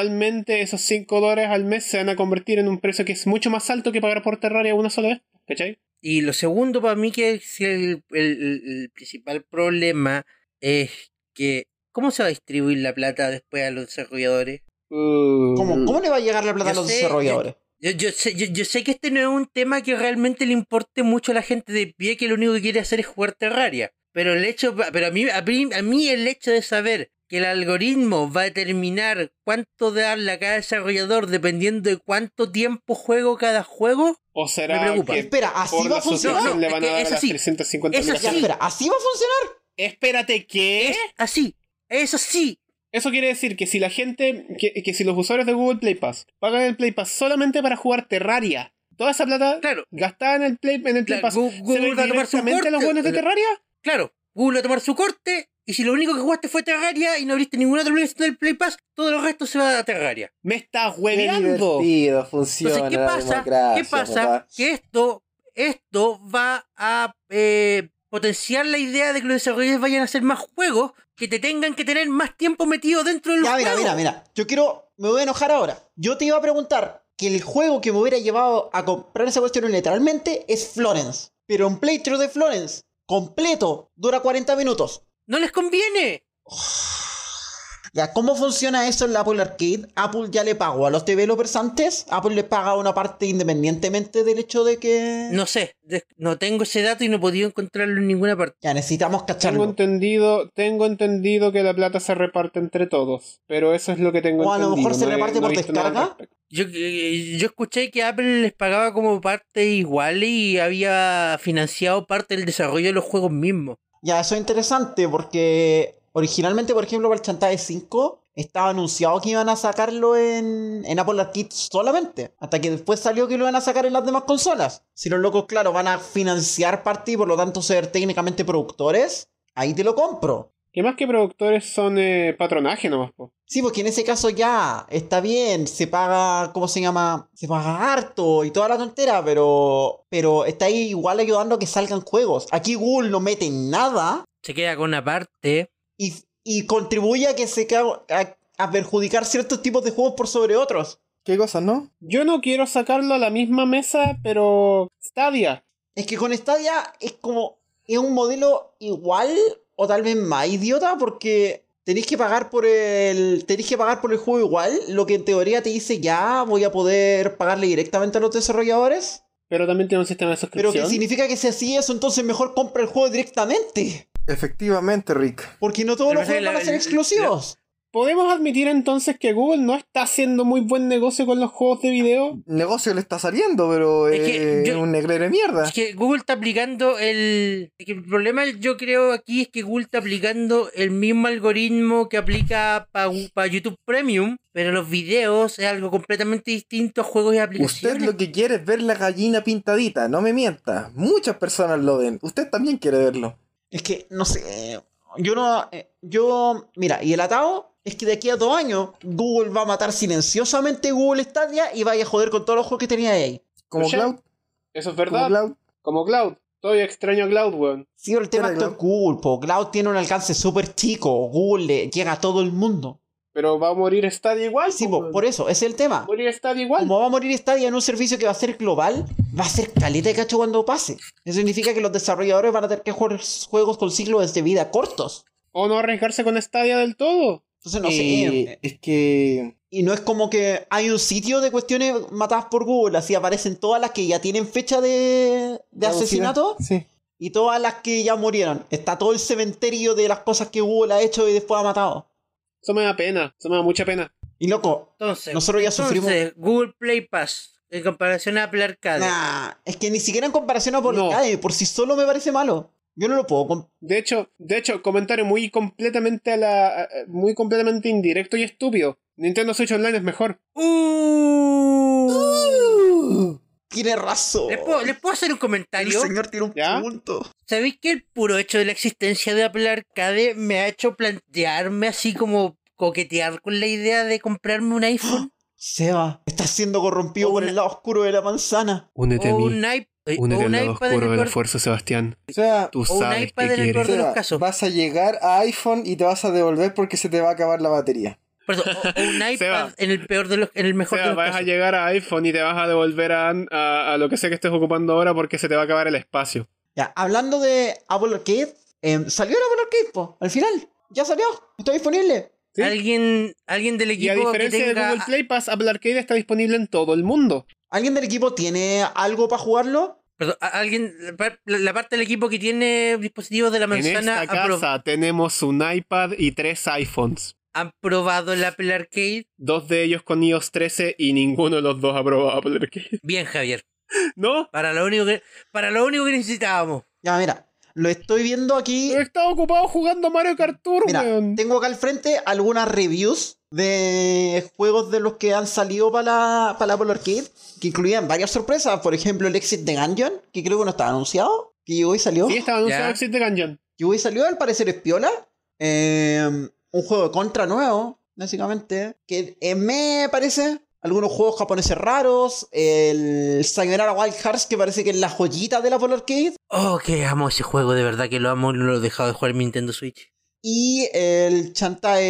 Eventualmente esos 5 dólares al mes se van a convertir en un precio que es mucho más alto que pagar por Terraria una sola vez, ¿cachai?
Y lo segundo para mí que es el, el- el principal problema es que ¿cómo se va a distribuir la plata después a los desarrolladores?
¿Cómo,
Mm.
cómo le va a llegar la plata a
Yo
los
sé,
desarrolladores?
Yo, yo sé, yo, yo sé que este no es un tema que realmente le importe mucho a la gente de pie que lo único que quiere hacer es jugar Terraria. Pero el hecho, pero a mí, a mí, a mí el hecho de saber que el algoritmo va a determinar cuánto darle a cada desarrollador dependiendo de cuánto tiempo juego cada juego,
¿O
Me
será
preocupa.
que
Espera, así
por
va
la
a funcionar.
asociación
No,
le van a
es que
dar
es
a las
así.
350
Es
mil
Ya,
así. ¿Eh?
espera, ¿así va a funcionar?
Espérate, ¿qué?
es así. Es así.
Eso quiere decir que si la gente, que, que si los usuarios de Google Play Pass pagan el Play Pass solamente para jugar Terraria, toda esa plata
Claro.
gastada en el Play, en el Play
La-
Pass,
Gu-
¿se
Google
va
va a tomar su
directamente a los
corte.
buenos de Terraria?
Claro, Google va a tomar su corte y si lo único que jugaste fue Terraria y no abriste ninguna otra aplicación del Play Pass, todo lo resto se va a Terraria.
¡Me estás
Qué
hueveando!
divertido funciona
Entonces, ¿qué
la
pasa?
democracia,
¿Qué pasa?
papá.
Que esto, esto va a eh, potenciar la idea de que los desarrolladores vayan a hacer más juegos que te tengan que tener más tiempo metido dentro del
Ya,
juego.
mira, mira, mira. Yo quiero. Me voy a enojar ahora. Yo te iba a preguntar que el juego que me hubiera llevado a comprar esa cuestión literalmente es Florence. Pero un playthrough de Florence completo dura 40 minutos.
No les conviene.
Ya, ¿cómo funciona eso en la Apple Arcade? Apple ya le pagó a los developers antes. Apple les paga una parte independientemente del hecho de que.
No sé, des- no tengo ese dato y no he podido encontrarlo en ninguna parte.
Ya, necesitamos
Tengo
cacharlo.
entendido, tengo entendido que la plata se reparte entre todos, pero eso es lo que tengo
O a lo
entendido.
mejor se
no he-
reparte
no he
por
visto nada al
descarga.
respecto.
Yo, eh, yo escuché que Apple les pagaba como parte igual y había financiado parte del desarrollo de los juegos mismos.
Ya, eso es interesante porque originalmente, por ejemplo, para el Chantage 5 estaba anunciado que iban a sacarlo en, en Apple Arcade solamente. Hasta que después salió que lo iban a sacar en las demás consolas. Si los locos, claro, van a financiar parte y por lo tanto ser técnicamente productores, ahí te lo compro.
Que más que productores son eh, patronaje nomás, po.
Sí, porque en ese caso ya está bien, se paga, ¿cómo se llama? Se paga harto y toda la tontera, pero, pero está ahí igual ayudando a que salgan juegos. Aquí Google no mete nada
Se queda con una parte.
y, y contribuye a que se ca- a, a perjudicar ciertos tipos de juegos por sobre otros.
¿Qué cosas, no?
Yo no quiero sacarlo a la misma mesa, pero Stadia.
Es que con Stadia es como es un modelo igual o tal vez más idiota porque tenéis que pagar por el tenéis que pagar por el juego igual, lo que en teoría te dice ya voy a poder pagarle directamente a los desarrolladores,
Pero también tiene un sistema de
pero
suscripción.
que significa que si así eso entonces mejor compra el juego directamente,
Efectivamente, Rick.
porque no todos
Pero
los
pasa que
juegos van a
la-
ser
la-
exclusivos.
¿Podemos admitir entonces que Google no está haciendo muy buen negocio con los juegos de video?
Negocio le está saliendo, pero eh,
Es
es
que yo-
un negrero de mierda.
Es que Google está aplicando el. es que el problema, yo creo, aquí es que Google está aplicando el mismo algoritmo que aplica para YouTube Premium, pero los videos es algo completamente distinto a juegos y
Usted
aplicaciones.
lo que quiere es ver la gallina pintadita, no me mienta. Muchas personas lo ven. Usted también quiere verlo.
Es que, no sé, yo no, eh, yo, mira, y el atado es que de aquí a dos años Google va a matar silenciosamente Google Stadia y vaya a joder con todos los juegos que tenía ahí.
Como
Oye,
Cloud,
Eso
como
es verdad.
Cloud.
Como Cloud. Todavía extraño a Cloud, weón.
Sí, pero el tema
Era
es Google, po. Cloud tiene un alcance súper chico, Google le llega a todo el mundo.
Pero va a morir Stadia igual.
Sí,
po,
po,
weón.
por eso, ese es el tema.
Va a morir Stadia igual.
Como va a morir Stadia en un servicio que va a ser global, va a ser caleta de cacho cuando pase. Eso significa que los desarrolladores van a tener que jugar juegos con ciclos de vida cortos.
O no arriesgarse con Stadia del todo.
Entonces, no
Eh,
sé.
es que
Y no es como que hay un sitio de cuestiones matadas por Google, así aparecen todas las que ya tienen fecha de, de
La
asesinato
velocidad- Sí.
y todas las que ya murieron. Está todo el cementerio de las cosas que Google ha hecho y después ha matado.
Eso me da pena. Eso me da mucha pena.
Y loco,
Entonces,
Nosotros ya
entonces,
sufrimos-
Google Play Pass, en comparación a Apple Arcade.
nah, es que ni siquiera en comparación a por
No.
por si solo me parece malo. Yo no lo puedo. comp-
De hecho, de hecho, comentario muy completamente a la. a- muy completamente indirecto y estúpido. Nintendo Switch Online es mejor.
¡Uh!
Tiene razón.
¿Les puedo, les puedo hacer un comentario?
tiene un
¿Ya?
punto.
¿Sabéis que el puro hecho de la existencia de Apple Arcade me ha hecho plantearme así como coquetear con la idea de comprarme un iPhone
Seba, está siendo corrompido por
Una-
el lado oscuro de la manzana.
Únete
o un, iP- o un iPad en el peor-
esfuerzo, Sebastián.
O sea,
Tú
o un iPad en el peor de
Seba,
los casos.
vas a llegar a iPhone y te vas a devolver porque se te va a acabar la batería.
Por eso, o, o un iPad
Seba.
en el peor de los, en el
O
mejor de
sea,
los
vas a
casos.
llegar a iPhone y te vas a devolver a, a- a lo que sea que estés ocupando ahora porque se te va a acabar el espacio.
Ya, hablando de Apple Arcade, em, salió el Apple Arcade, po, al final. Ya salió, está disponible.
¿Sí?
Alguien, alguien del
Y
equipo
a diferencia
que tenga
de Google Play Pass, Apple Arcade está disponible en todo el mundo.
¿Alguien del equipo tiene algo para jugarlo?
Perdón, a- alguien, la par- la, la parte del equipo que tiene dispositivos de la
En
manzana
esta
ha, pro-
casa tenemos un iPad y tres iPhones.
han probado el Apple Arcade.
Dos de ellos con iOS 13 y ninguno de los dos ha probado Apple Arcade.
Bien, Javier.
¿No?
Para lo único que, para lo único que necesitábamos.
Ya, mira, lo estoy viendo aquí.
Pero estaba ocupado jugando Mario Kart Tour,
Mira,
weón.
tengo acá al frente algunas reviews de juegos de los que han salido para la, para la Apple Arcade, que incluían varias sorpresas. Por ejemplo, el Exit de Gungeon, que creo que no estaba anunciado, que hoy salió.
Sí, estaba anunciado
Ya.
Exit the Gungeon.
que hoy salió, al parecer es piola. Eh, un juego de contra nuevo, básicamente. Que eh, me parece. Algunos juegos japoneses raros. El Sayonara Wild Hearts, que parece que es la joyita de la Apple Arcade.
Oh, que amo ese juego, de verdad que lo amo, no lo he dejado de jugar en mi Nintendo Switch.
Y el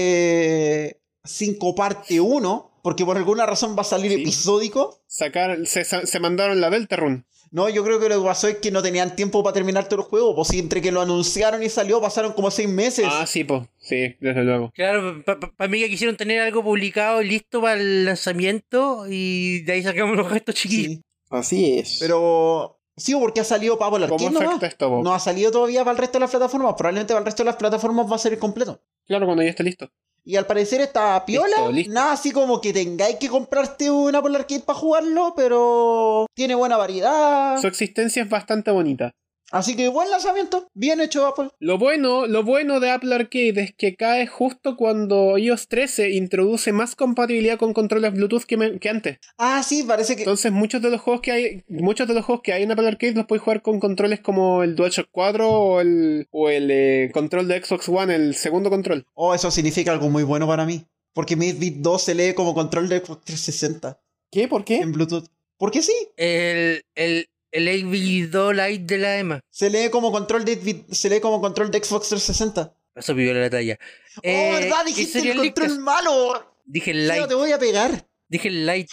Chantae 5 parte 1. Porque por alguna razón va a salir
Sí.
episódico.
Sacar, se, se mandaron la Deltarune.
No, yo creo que lo que pasó es que no tenían tiempo para terminar todo el juego. Pues si entre que lo anunciaron y salió pasaron como 6 meses.
Ah, sí, po. Sí, desde luego.
Claro, para mí que quisieron tener algo publicado y listo para el lanzamiento y de ahí sacamos los gestos chiquillos.
Sí.
Así es.
Pero sí, porque ha salido para Apple
¿Cómo
Arcade nomás.
afecta esto, po?
No ha salido todavía para el resto de las plataformas. Probablemente para el resto de las plataformas va a salir completo.
Claro, cuando ya esté listo.
Y al parecer está piola.
Listo, listo.
Nada así como que tengáis que comprarte una Apple Arcade para jugarlo, pero tiene buena variedad.
Su existencia es bastante bonita.
Así que buen lanzamiento. Bien hecho, Apple.
Lo bueno, lo bueno de Apple Arcade es que cae justo cuando iOS 13 introduce más compatibilidad con controles Bluetooth que, me- que antes.
Ah, sí, parece que.
Entonces muchos de los juegos que hay, muchos de los juegos que hay en Apple Arcade los puedes jugar con controles como el DualShock 4 o el, o el eh, control de Xbox One, el segundo control.
Oh, eso significa algo muy bueno para mí. Porque mi Bit 2 se lee como control de Xbox 360
¿Qué? ¿Por
¿Eh?
qué?
en Bluetooth. Porque sí,
El, el, el AB2 Lite de la EMA.
se lee como control de Bit- se lee como control de Xbox 360.
Eso pidió la talla. Eh,
oh, verdad,
y
dijiste el
Serial
control
Leakers.
malo.
Dije
Tío,
Lite.
te voy a pegar.
Dije Lite.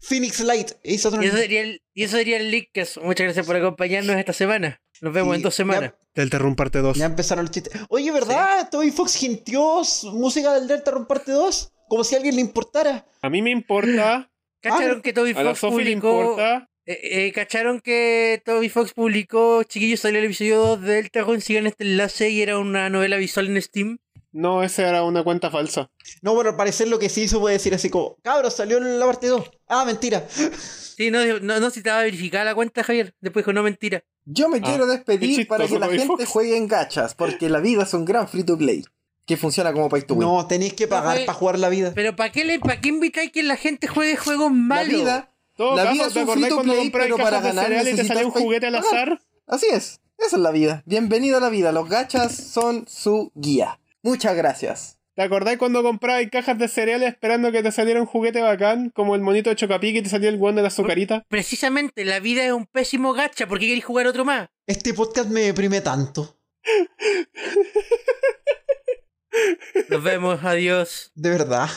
Phoenix Light. Hizo otro
Y eso sería el, y eso sería el Leakers. Muchas gracias por acompañarnos esta semana. Nos vemos
Sí,
en dos semanas.
Deltarune parte 2.
Ya empezaron los chistes. Oye, ¿verdad? Toby Fox hintió su- música del Delta Romparte 2. Como si a alguien le importara.
A mí me importa,
¿Cacharon
Ah,
que Toby
a la
Fox
Sophie le
publicó.
importa.
eh, eh, ¿Cacharon que Toby Fox publicó Chiquillos salió el episodio 2 de Delta Rune? Sigan este enlace y era una novela visual en Steam.
No, esa era una cuenta falsa.
No, bueno, al parecer lo que sí hizo fue decir así como, cabros, salió la parte 2. Ah, mentira.
Sí, no, dijo- no, no si estaba verificada la cuenta, Javier. Después dijo, no, mentira.
Yo me
Ah,
quiero
qué
despedir para que
chistoso,
la
Bobby
gente
Fox.
juegue en gachas, porque la vida es un gran free to play que funciona como pay to win.
No, tenéis que pagar
fue-
para jugar la vida.
Pero ¿para qué, le- pa' qué invitáis que la gente juegue juegos
la
malos?
vida,
Todo
la
caso,
vida es
¿te
un
acordás
free to
cuando
play,
compráis
pero
cajas
para
de
ganar
cereal y te
necesitas
salía un
pa-
juguete al
pagar.
azar?
así es, esa es la vida. Bienvenido a la vida, los gachas son su guía. Muchas gracias.
¿Te acordás cuando comprabas cajas de cereales esperando que te saliera un juguete bacán? Como el monito de Chocapique y te salía el guan de la azucarita.
Precisamente, la vida es un pésimo gacha. ¿Por qué queréis jugar otro más?
Este podcast me deprime tanto.
Nos vemos, adiós.
De verdad.